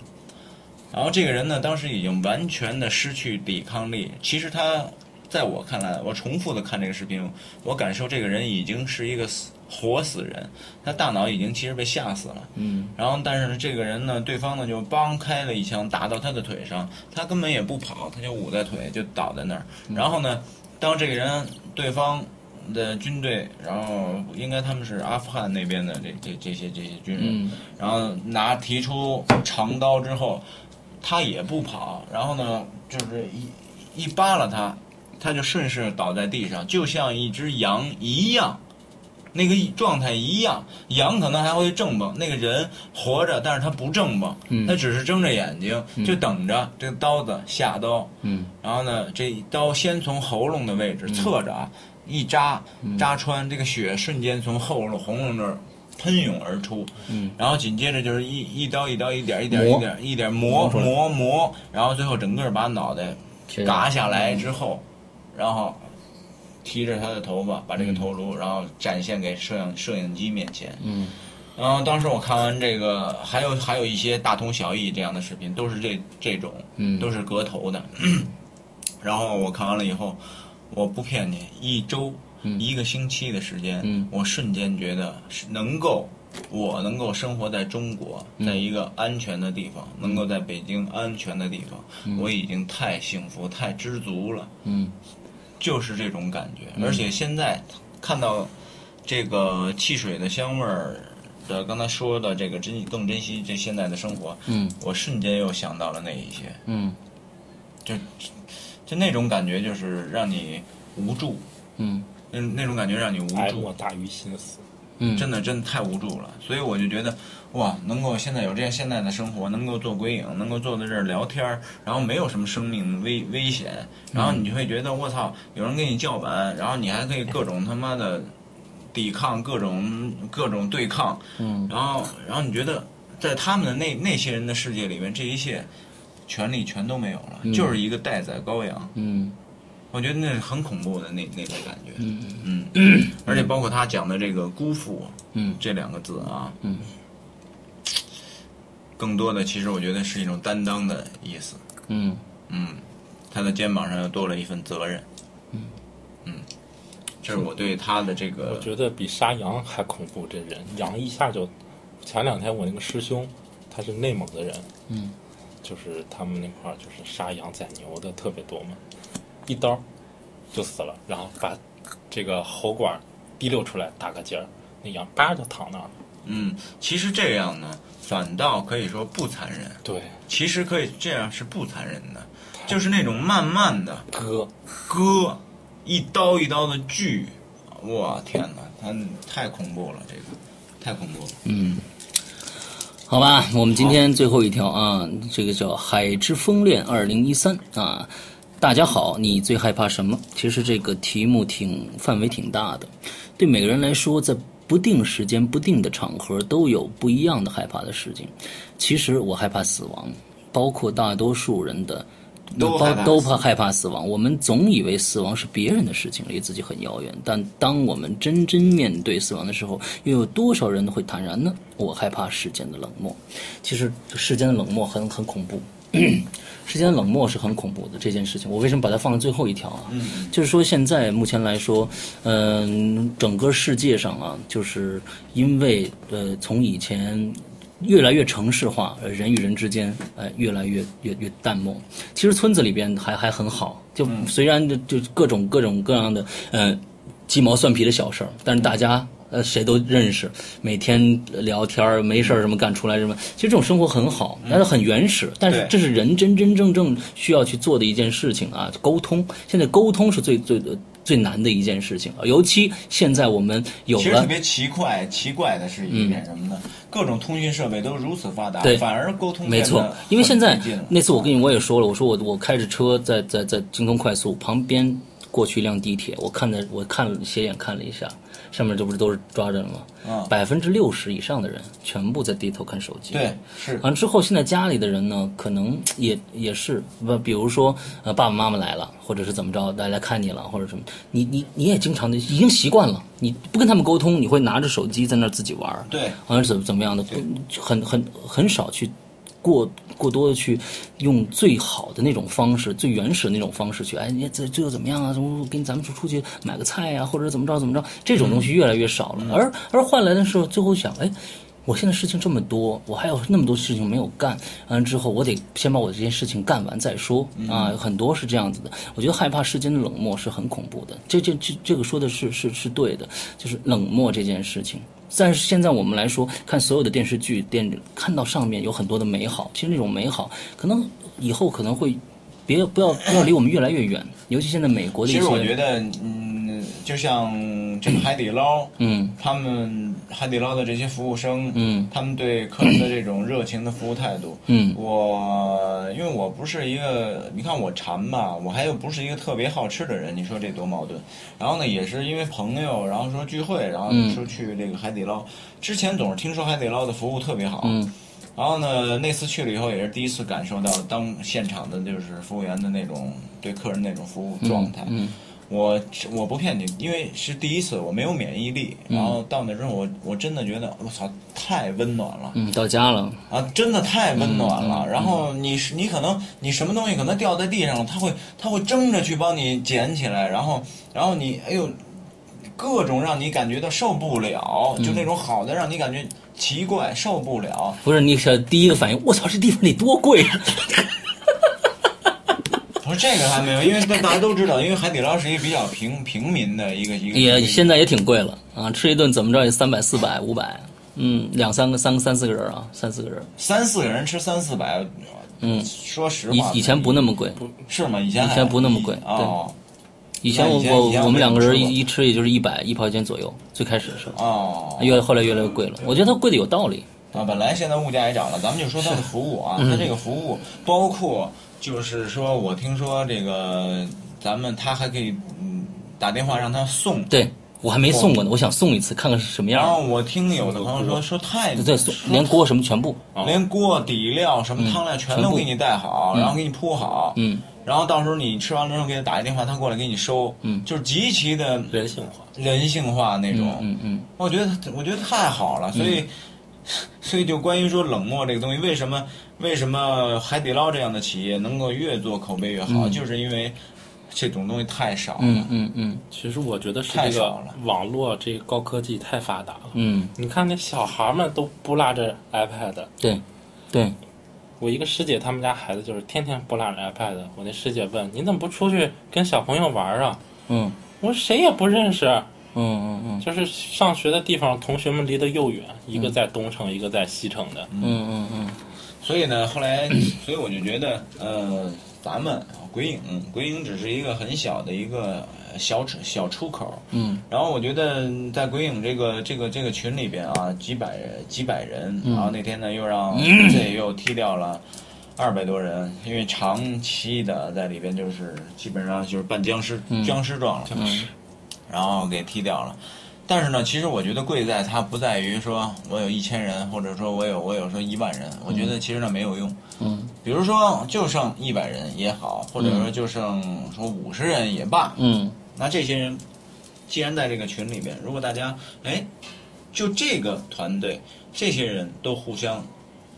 B: 然后这个人呢当时已经完全的失去抵抗力，其实他。在我看来，我重复的看这个视频，我感受这个人已经是一个死活死人，他大脑已经其实被吓死了。
A: 嗯
B: 然后，但是这个人呢，对方呢就帮开了一枪，打到他的腿上，他根本也不跑，他就捂在腿就倒在那儿。
A: 嗯
B: 然后呢，当这个人对方的军队，然后应该他们是阿富汗那边的这这这些这些军人，
A: 嗯
B: 然后拿提出长刀之后，他也不跑，然后呢就是一一扒拉他，他就顺势倒在地上，就像一只羊一样。那个状态一样，羊可能还会正蹦，那个人活着，但是他不正蹦，
A: 嗯
B: 他只是睁着眼睛，就等着这个刀子下刀，
A: 嗯
B: 然后呢，这一刀先从喉咙的位置侧着啊，一扎
A: 嗯
B: 扎穿，这个血瞬间从喉咙喉咙这儿喷涌而出，
A: 嗯
B: 然后紧接着就是一一刀一刀一点一点
A: 磨
B: 一点一点磨
A: 磨出来
B: 磨磨，然后最后整个把脑袋
A: 天啊
B: 嘎下来之后，然后提着他的头发，把这个头颅，然后展现给摄影摄影机面前。
A: 嗯
B: 然后当时我看完这个，还有还有一些大同小异这样的视频，都是这这种，
A: 嗯
B: 都是隔头的。然后我看完了以后，我不骗你，一周、
A: 嗯
B: 一个星期的时间，
A: 嗯
B: 我瞬间觉得是能够，我能够生活在中国，
A: 嗯
B: 在一个安全的地方，能够在北京安全的地方，我已经太幸福、太知足了。
A: 嗯
B: 就是这种感觉。而且现在看到这个汽水的香味儿的，刚才说的这个珍更珍惜这现在的生活，
A: 嗯
B: 我瞬间又想到了那一些，
A: 嗯
B: 就就那种感觉，就是让你无助，
A: 嗯
B: 那那种感觉让你无
C: 哀
B: 助
C: 莫，大于心死。
A: 嗯，
B: 真的真的太无助了。所以我就觉得，哇，能够现在有这样现在的生活，能够做鬼影，能够坐在这儿聊天儿，然后没有什么生命危危险，然后
A: 嗯
B: 你就会觉得我操，有人跟你叫板，然后你还可以各种他妈的抵抗，各种各种对抗，
A: 嗯
B: 然后然后你觉得在他们的那那些人的世界里面，这一切权利全都没有了，就是一个待宰羔羊。
A: 嗯
B: 我觉得那是很恐怖的那那种感觉，嗯 嗯，而且包括他讲的这个辜负，
A: 嗯
B: 这两个字啊，
A: 嗯，
B: 更多的其实我觉得是一种担当的意思，
A: 嗯
B: 嗯，他的肩膀上又多了一份责任，嗯这是我对他的这
C: 我
B: 个，
C: 觉得比杀羊还恐怖，这人羊一下就。前两天我那个师兄，他是内蒙的人，
A: 嗯，
C: 就是他们那块儿就是杀羊宰牛的特别多嘛，一刀就死了，然后把这个喉管滴溜出来打个结儿，那羊叭就躺那儿了。
B: 嗯，其实这样呢，反倒可以说不残忍，
C: 对，
B: 其实可以这样是不残忍的，就是那种慢慢的，
C: 割
B: 割，一刀一刀的锯，哇天哪，他太恐怖了，这个太恐怖了。
A: 嗯，好吧，我们今天最后一条啊，这个叫《海之风恋二零一三》啊。大家好，你最害怕什么？其实这个题目挺范围挺大的，对每个人来说，在不定时间、不定的场合都有不一样的害怕的事情。其实我害怕死亡，包括大多数人的
B: 都害怕
A: 包都怕害怕死亡。我们总以为死亡是别人的事情，离自己很遥远。但当我们真真面对死亡的时候，又有多少人会坦然呢？我害怕世间的冷漠。其实世间的冷漠很很恐怖。世间的冷漠是很恐怖的这件事情，我为什么把它放在最后一条啊？就是说现在目前来说，嗯、整个世界上啊，就是因为呃，从以前越来越城市化，呃人与人之间，呃，越来越越越淡漠。其实村子里边还还很好，就
B: 嗯
A: 虽然就就各种各种各样的，呃，鸡毛蒜皮的小事儿，但是大家呃谁都认识，每天聊天儿，没事儿什么干出来什么，其实这种生活很好，但是很原始，但是
B: 嗯对
A: 这是人真真正正需要去做的一件事情啊，沟通。现在沟通是最最最难的一件事情，尤其现在我们有
B: 其实特
A: 了。嗯
B: 别奇怪，奇怪的是一点什么呢？各种通讯设备都如此发达，
A: 对
B: 反而沟通
A: 没
B: 变
A: 错
B: 得，
A: 因为现在
B: 很费劲了
A: 那次我跟你我也说了，我说我我开着车在在在京东快速旁边过去一辆地铁，我看的我看了斜眼看了一下，上面这不是都是抓着了吗
B: 嗯？
A: 百分之六十以上的人全部在低头看手机。
B: 对，是
A: 完之后，现在家里的人呢，可能也也是不，比如说呃，爸爸妈妈来了，或者是怎么着，来来看你了，或者什么，你你你也经常的已经习惯了，你不跟他们沟通，你会拿着手机在那儿自己玩儿，
B: 对
A: 好像是怎么怎么样的，不很很很少去过过多的去用最好的那种方式、最原始的那种方式去，哎，你这这又怎么样啊？怎么跟咱们出出去买个菜呀、啊或者怎么着怎么着？这种东
B: 嗯
A: 西越来越少了，而而换来的时候，最后想，哎。我现在事情这么多，我还有那么多事情没有干，完了之后我得先把我这件事情干完再说
B: 嗯
A: 啊，很多是这样子的。我觉得害怕世间的冷漠是很恐怖的，这这这这个说的是是是对的，就是冷漠这件事情。但是现在我们来说，看所有的电视剧、电影，看到上面有很多的美好，其实那种美好可能以后可能会别不要不要离我们越来越远，尤其现在美国的一
B: 其
A: 些，
B: 实我觉得，嗯，就像这个海底捞，
A: 嗯，
B: 他们海底捞的这些服务生，
A: 嗯
B: 他们对客人的这种热情的服务态度，
A: 嗯
B: 我因为我不是一个，你看我馋吧，我还又不是一个特别好吃的人，你说这多矛盾。然后呢，也是因为朋友，然后说聚会，然后
A: 嗯
B: 说去这个海底捞，之前总是听说海底捞的服务特别好，
A: 嗯
B: 然后呢，那次去了以后，也是第一次感受到当现场的就是服务员的那种对客人那种服务状态。
A: 嗯
B: 我我不骗你，因为是第一次，我没有免疫力。
A: 嗯
B: 然后到那之后，我我真的觉得我操，太温暖了。
A: 嗯，到家了，
B: 啊，真的太温暖了。
A: 嗯嗯
B: 然后你是你可能你什么东西可能掉在地上了，他会他会争着去帮你捡起来，然后然后你哎呦，各种让你感觉到受不了，
A: 嗯
B: 就那种好的让你感觉奇怪受不了。
A: 不是你想第一个反应，我操，这地方得多贵啊！
B: 我说这个还没有，因为大家都知道，因为海底捞是一个比较平平民的一个一个一个
A: 也现在也挺贵了啊，吃一顿怎么着也三百、四百、五百，嗯，两三个、三个、三四个人啊，三四个人，
B: 三四个人吃三四百，嗯，说实话，
A: 以以前不那么贵，
B: 是吗？以前
A: 以
B: 以
A: 前不那么贵
B: 哦
A: 以前我
B: 以前以前
A: 我
B: 我
A: 我们两个人
B: 没吃过
A: 一一吃也就是一百一块钱左右，最开始的时候，
B: 哦，
A: 越后来越来越贵了，我觉得它贵的有道理，
B: 啊，本来现在物价也涨了，咱们就说它的服务
A: 嗯
B: 啊，它这个服务包括就是说我听说这个咱们他还可以嗯打电话让他送，
A: 对我
B: 哦
A: 还没送过呢，我想送一次看看是什么样
B: 然
A: 儿，
B: 后我听有的朋友说说太
A: 对，嗯送连锅什么全部，
B: 连锅底料什么汤料全
A: 全
B: 都
A: 部
B: 给你带好，然后给你铺好，
A: 嗯，
B: 然后到时候你吃完了之后给他打一电话，他过来给你收，
A: 嗯
B: 就是极其的
C: 人性化。
B: 人性化那种，
A: 嗯嗯
B: 我觉得我觉得太好了，所以、 所以就关于说冷漠这个东西，为什么为什么海底捞这样的企业能够越做口碑越好，就是因为这种东西太少了。
A: 嗯嗯嗯
C: 其实我觉得是
B: 太
C: 这
B: 少
C: 个
B: 了
C: 网络这个高科技太发达了。
A: 嗯，
C: 你看那小孩们都不拉着 iPad，
A: 对对，
C: 我一个师姐他们家孩子就是天天不拉着 iPad。我那师姐问你怎么不出去跟小朋友玩啊？
A: 嗯
C: 我说谁也不认识，
A: 嗯嗯嗯
C: 就是上学的地方，同学们离得又远，一个在东城，一个在西城的。
A: 嗯嗯嗯，
B: 所以呢，后来，所以我就觉得，呃，咱们鬼影，鬼影只是一个很小的一个呃小出小出口。
A: 嗯。
B: 然后我觉得，在鬼影这个这个这个群里边啊，几百人几百人，然后那天呢又 让这又踢掉了。二百多人，因为长期的在里边就是基本上就是办僵尸、嗯僵尸状了，嗯然后给踢掉了。但是呢，其实我觉得贵在它不在于说我有一千人，或者说我有我有说一万人，我觉得其实呢没有用。
A: 嗯，
B: 比如说就剩一百人也好，或者说就剩说五十人也罢，
A: 嗯
B: 那这些人既然在这个群里边，如果大家哎，就这个团队这些人都互相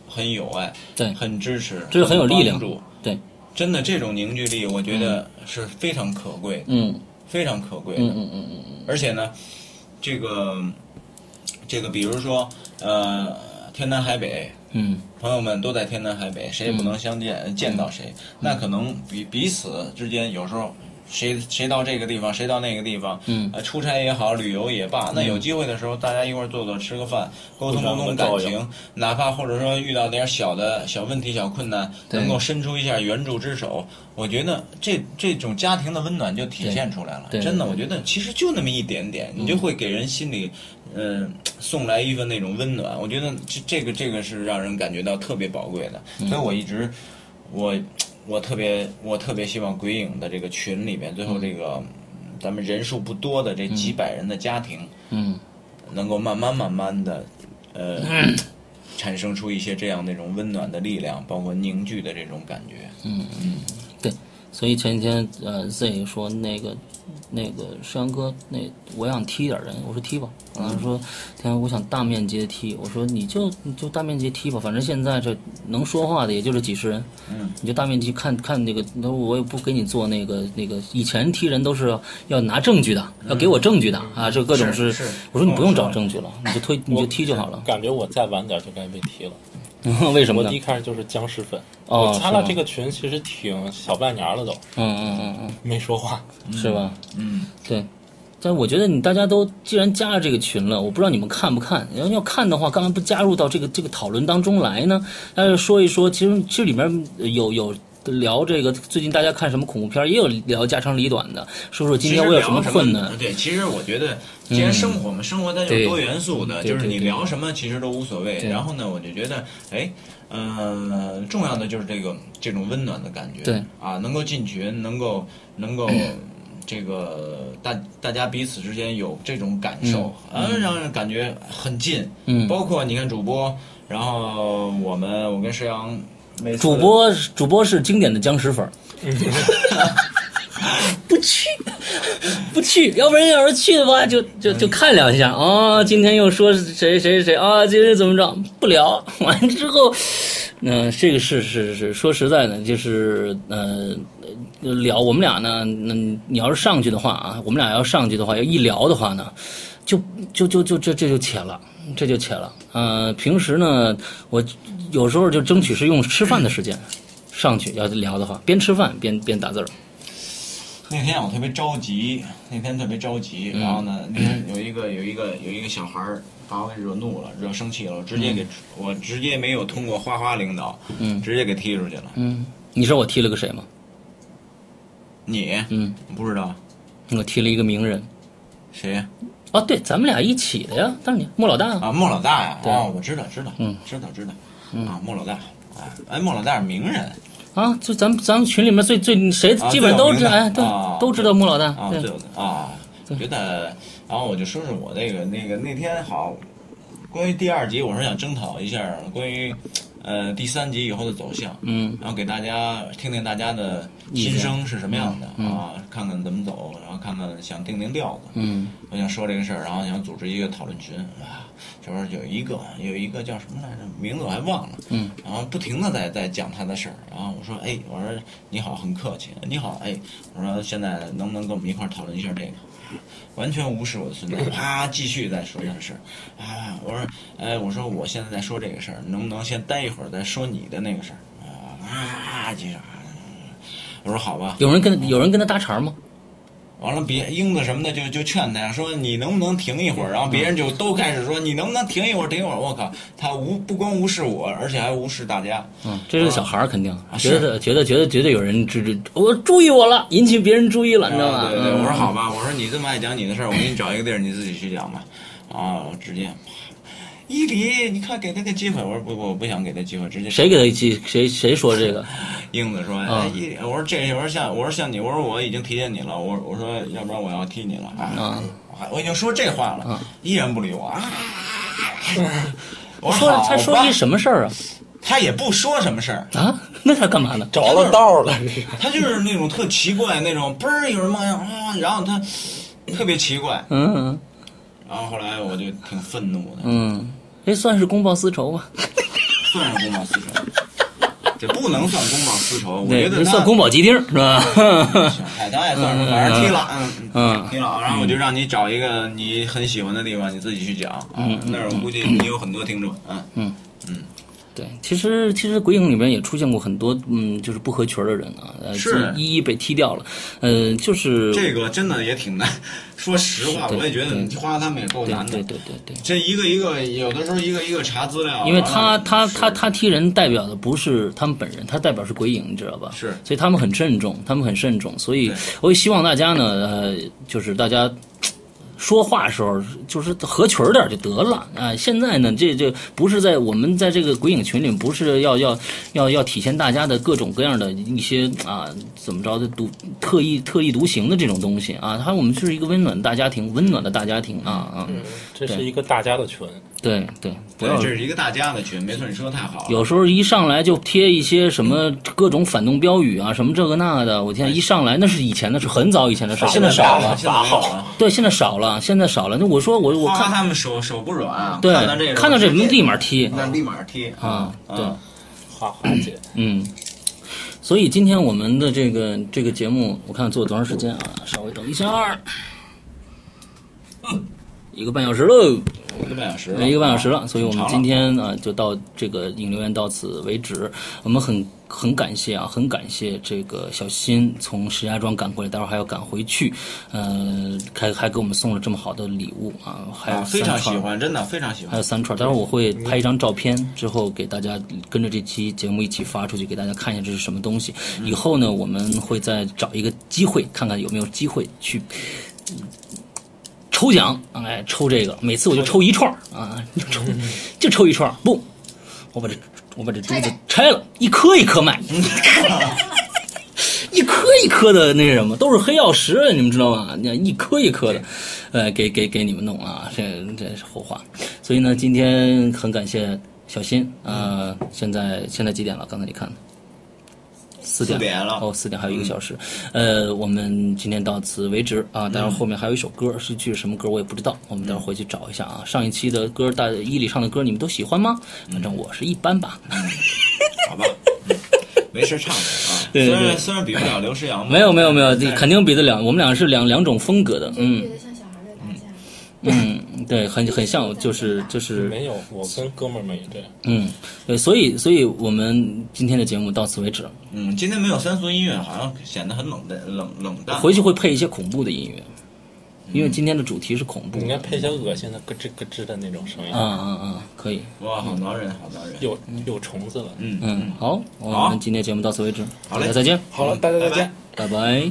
B: 很友爱，
A: 对
B: 很支持，
A: 这个很有力量
B: 帮助
A: 对，
B: 真的这种凝聚力，我觉得是非常可贵的，
A: 嗯
B: 非常可贵的。
A: 嗯嗯嗯嗯
B: 而且呢，这个这个，比如说呃，天南海北，
A: 嗯
B: 朋友们都在天南海北，谁也不能相见、见到
C: 嗯
B: 谁，那可能彼彼此之间有时候。谁谁到这个地方，谁到那个地方，
A: 嗯
B: 呃，出差也好，旅游也罢，那有机会的时候，大家一块儿坐坐，吃个饭，沟通沟
C: 嗯互相
B: 通
C: 的照
B: 感
C: 应
B: 情，哪怕或者说遇到点小的小问题、小困难，
A: 对
B: 能够伸出一下援助之手，我觉得这这种家庭的温暖就体现出来了。
A: 对对
B: 真的，
A: 对
B: 我觉得其实就那么一点点，你就会给人心里，嗯、送来一份那种温暖。我觉得这这个这个是让人感觉到特别宝贵的，
A: 嗯
B: 所以我一直
A: 嗯
B: 我我特别我特别希望鬼影的这个群里面最后这个。咱们人数不多的这几百人的家庭，
A: 嗯
B: 能够慢慢慢慢的，呃，产生出一些这样那种温暖的力量，包括凝聚的这种感觉。
A: 对，所以前几天呃 Z 说那个那个摄阳哥，那我想踢点人，我说踢吧，然后他说天我想大面积地踢，我说你就你就大面积踢吧，反正现在这能说话的也就这几十人，
B: 嗯，
A: 你就大面积看看那个，那我也不给你做那个那个，以前踢人都是要拿证据的，
C: 嗯
A: 要给我证据的啊，这各种
B: 是是
A: 我说你不用
B: 跟
A: 找
B: 我说
A: 证据了，你就推你就踢就好了，
C: 感觉我再晚点就该被踢了。
A: 为什么
C: 我
A: 呢
C: 第一？开始就是僵尸粉，
A: 哦
C: 我加了
A: 是吗
C: 这个群其实挺小半年了都，
A: 嗯嗯嗯嗯。
C: 没说话。
A: 是吧？
B: 嗯，
A: 对。但我觉得你大家都既然加了这个群了，我不知道你们看不看。要要看的话，刚才不加入到这个这个讨论当中来呢？大家说一说，其实其实里面有有聊这个最近大家看什么恐怖片，也有聊家长里短的，说说今天我有么困难。嗯
B: 对，其实我觉得，既然生活嘛，生活它就是多元素的，
A: 对
B: 就是
A: 对
B: 你
A: 对
B: 聊什么其实都无所谓。然后呢，我就觉得，哎，呃，重要的就是这个这种温暖的感觉，
A: 对
B: 啊，能够进群，能够 能够。这个大大家彼此之间有这种感受，嗯，让人感觉很近。
A: 嗯
B: 包括你看主播，然后我们，我跟石阳，每次
A: 主播主播是经典的僵尸粉儿， 不去不去，要不然要是去的话，就就就看两下啊、今天又说谁谁谁谁啊，今天怎么着不聊， 完之后，嗯、这个是是是，说实在的，就是呃聊我们俩呢，那你要是上去的话啊，我们俩要上去的话，要一聊的话呢，就就就就这这就浅了，这就浅了。呃，平时呢，我有时候就争取是用吃饭的时间上去要聊的话，边吃饭边边打字儿。
B: 那天我特别着急，那天特别着急，
A: 嗯
B: 然后呢，那天有一个有一个有一个小孩儿把我给惹怒了，惹生气了，我直接给、我直接没有通过花花领导，
A: 嗯
B: 直接给踢出去了。
A: 嗯，你知道我踢了个谁吗？
B: 你
A: 嗯，
B: 不知道
A: 我踢了一个名人。
B: 谁呀
A: 哦，对，咱们俩一起的呀，当然莫老大啊。
B: 啊？莫老大呀？
A: 对
B: 哦，我知道，知道，
A: 嗯
B: 知道，知道，啊，莫老大。哎哎，莫老大是名人
A: 啊，就咱们咱们群里面最最谁
B: 啊
A: 基本上都知道，
B: 最有
A: 哎，
B: 名的
A: 对
B: 啊，
A: 都知道莫老大
B: 啊，，对啊，觉得，然后我就说说我那个那个那天好，关于第二集，我是想征讨一下关于呃第三集以后的走向，
A: 嗯
B: 然后给大家听听大家的心声是什么样的、啊，看看怎么走，然后看看想定定调子。
A: 嗯
B: 我想说这个事儿，然后想组织一个讨论群啊，就是有一个有一个叫什么来着，名字我还忘了，
A: 嗯，
B: 然后不停的在在讲他的事儿，然后我说哎，我说你好，很客气，你好，哎，我说现在能不能跟我们一块儿讨论一下这个？完全无视我的存在，啪，继续再说这个事儿，啊，我说，哎，我说我现在在说这个事儿，能不能先待一会儿再说你的那个事儿？啊，啊，接着，啊我说好吧，
A: 有人跟有人跟他搭茬吗？
B: 完了别英子什么的就就劝他说你能不能停一会儿，然后别人就都开始说你能不能停一会儿，停一会儿。我靠，他无不光无视我，而且还无视大家。
A: 嗯，这是个小孩儿，肯定觉
B: 啊是
A: 得觉得觉得觉得有人知知，我注意我了，引起别人注意了，你知道吗？
B: 啊对对，我说
A: 嗯
B: 好吧，我说你这么爱讲你的事儿，我给你找一个地儿你自己去讲吧。啊，我直接，伊犁，你快给他个机会。我说不不，我不想给他机会，直接
A: 谁给他一记？谁谁说这个？
B: 英子说：“
A: 啊
B: 哎，一我说这，我说像我说像你，我说我已经提醒你了，我我说要不然我要踢你了
A: 啊
B: 啊！我我已经说这话了，
A: 啊
B: 依然不理我啊！我
A: 说
B: 好吧
A: 他说一什么事儿啊？
B: 他也不说什么事儿，
A: 啊， 那他干嘛呢？
C: 找了道了， 这是
B: 他就是那种特奇怪那种，嘣儿有人冒烟啊，然后他特别奇怪，
A: 嗯嗯
B: 然后后来我就挺愤怒的，
A: 嗯，这算是公报私仇啊吧？
B: 算是公报私仇，这不能算公报私仇，我
A: 对，
B: 觉
A: 这
B: 得
A: 算
B: 他
A: 宫保鸡丁是吧？
B: 海棠也算是，反正踢了，嗯
A: 嗯
B: 踢了，然后我就让你找一个你很喜欢的地方，你自己去讲。嗯，那儿我估计你有很多听众。嗯
A: 对，其实其实鬼影里面也出现过很多嗯，就是不合群儿的人啊，呃，
B: 是
A: 一一被踢掉了，呃，就是
B: 这个真的也挺难。说实话，
A: 是对
B: 我也觉
A: 对
B: 得花他们也够
A: 对
B: 难
A: 对
B: 的。
A: 对对对。
B: 这一个一个，有的时候一个一个查资料，
A: 因为
B: 完
A: 他
B: 了
A: 他他
B: 啊是
A: 他踢人代表的不是他们本人，他代表是鬼影，你知道吧？
B: 是
A: 所以他们很慎重，他们很慎重，所以
B: 对
A: 我也希望大家呢，呃，就是大家。说话时候就是合群儿点儿就得了啊。现在呢，这这不是在我们在这个鬼影群里，不是要要要要体现大家的各种各样的一些啊怎么着的独特意特意独行的这种东西啊。它我们就是一个温暖的大家庭，温暖的大家庭啊啊。
C: 这是一个大家的群，
A: 对对，不
B: 对
A: 要，
B: 这是一个大家的群，没错，你说的太好了。
A: 有时候一上来就贴一些什么各种反动标语啊，什么这个那的。我
B: 哎
A: 天，一上来那是以前的事，很早以前的事，现在少了。
B: 现在没有了。
A: 对，现在少了，现在少了。那我说我我
B: 花花
A: 看
B: 他们手手不软，
A: 对
B: 哦看到这个
A: 看到这
B: 直接
A: 立马踢
B: 那立马踢
A: 啊，对，
B: 嗯
C: 花花姐，
A: 嗯。所以今天我们的这个这个节目，我看做了多长时间啊？稍微等一下儿，
B: 嗯
A: 一个半小时喽。
B: 一个半小时了，
A: 一个半小时了，所以我们
B: 长了
A: 今天啊就到这个引流员到此为止。我们很很感谢啊，很感谢这个小新从石家庄赶过来，待会儿还要赶回去，呃，还还给我们送了这么好的礼物啊，还有
B: 啊，
A: 三
B: 非
A: 串
B: 常喜欢，真的非常喜
A: 还
B: 欢
A: 有。三串，待会儿我会拍一张照片，之后给大家跟着这期节目一起发出去，给大家看一下这是什么东西。以后呢，我们会再找一个机会，看看有没有机会去嗯抽奖，哎，抽这个，每次我就抽一串儿啊，就抽就抽一串儿，不，我把这我把这珠子拆了，一颗一颗卖，一颗一颗的那什么，都是黑曜石，你们知道吗？那一颗一颗的，呃，给给给你们弄啊，这这是后话。所以呢，今天很感谢小新，呃，
B: 嗯
A: 现在现在几点了？刚才你看的。四点
B: 四点了嗯
A: 哦，四点还有一个小时，呃，我们今天到此为止啊。
B: 嗯
A: 待会儿后面还有一首歌，是句什么歌我也不知道，我们待会儿回去找一下啊。上一期的歌，大伊里唱的歌，你们都喜欢吗？
B: 嗯
A: 反正我是一般吧。
B: 好吧，嗯没事唱呗啊。
A: 对对
B: 虽然
A: 对
B: 虽然比不了刘诗阳吧，
A: 没有没有没有，
B: 但
A: 这
B: 是
A: 肯定比得了，我们俩是两两种风格的，嗯
E: 觉得像小孩儿在打架。
A: 嗯，对，很很像，就是就是
C: 没有，我跟哥们儿们也这样。
A: 嗯，对，所以所以我们今天的节目到此为止，
B: 嗯，今天没有三俗音乐，好像显得很冷淡冷冷淡。
A: 回去会配一些恐怖的音乐，因为今天的主题是恐怖
C: 你应，该配一些恶心的咯吱咯吱的那种声音
B: 嗯
A: 啊。啊啊，可以，
B: 哇，好挠人，好挠人。
C: 有有虫子了。
B: 嗯
A: 嗯，好，我
B: 好
A: 们今天节目到此为止，大
B: 好嘞
A: 家再见，
C: 好了，大家再
B: 拜拜
C: 见。
A: 拜拜。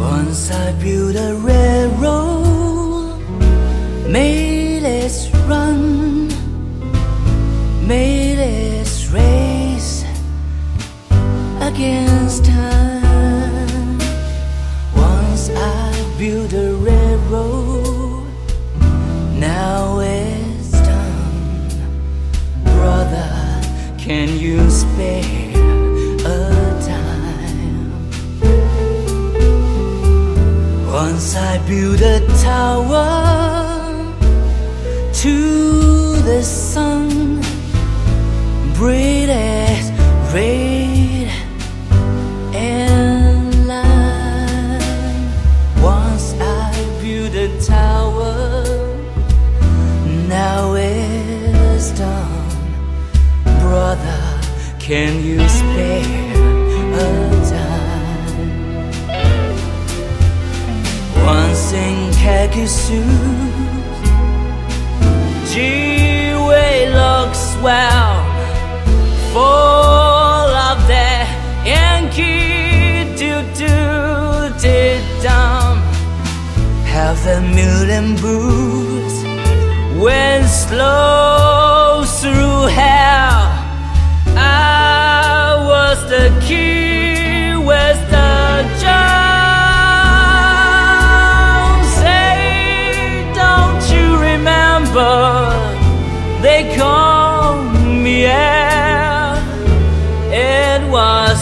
F: Once I built a railroad, made it run, made it race against time. Once I built a railroad, now it's done. Brother, can you spare a time? Once I built a tower to the sun, bright as red and light. Once I built a tower, now it's done. Brother, can you spare a time? Once in khaki suits, gee, we looks well, full of that Yankee doo doo did dumb. Half a million boots went slow through hell. I was the key, was the John. Say, don't you remember? They called me out. It was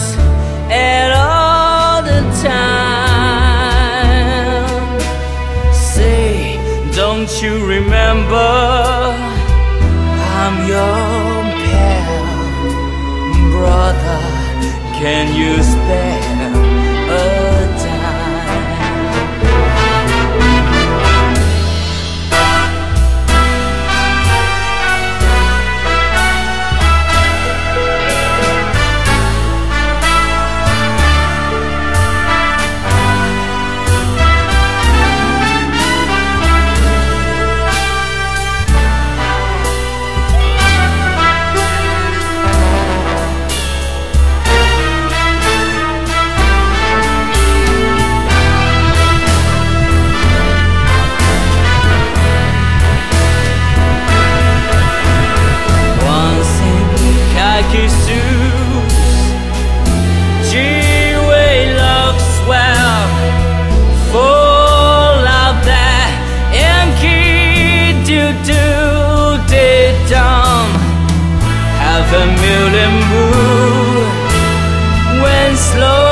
F: at all the time. Say, don't you remember? I'm your pal brother, can you spare a time? a million blue when slow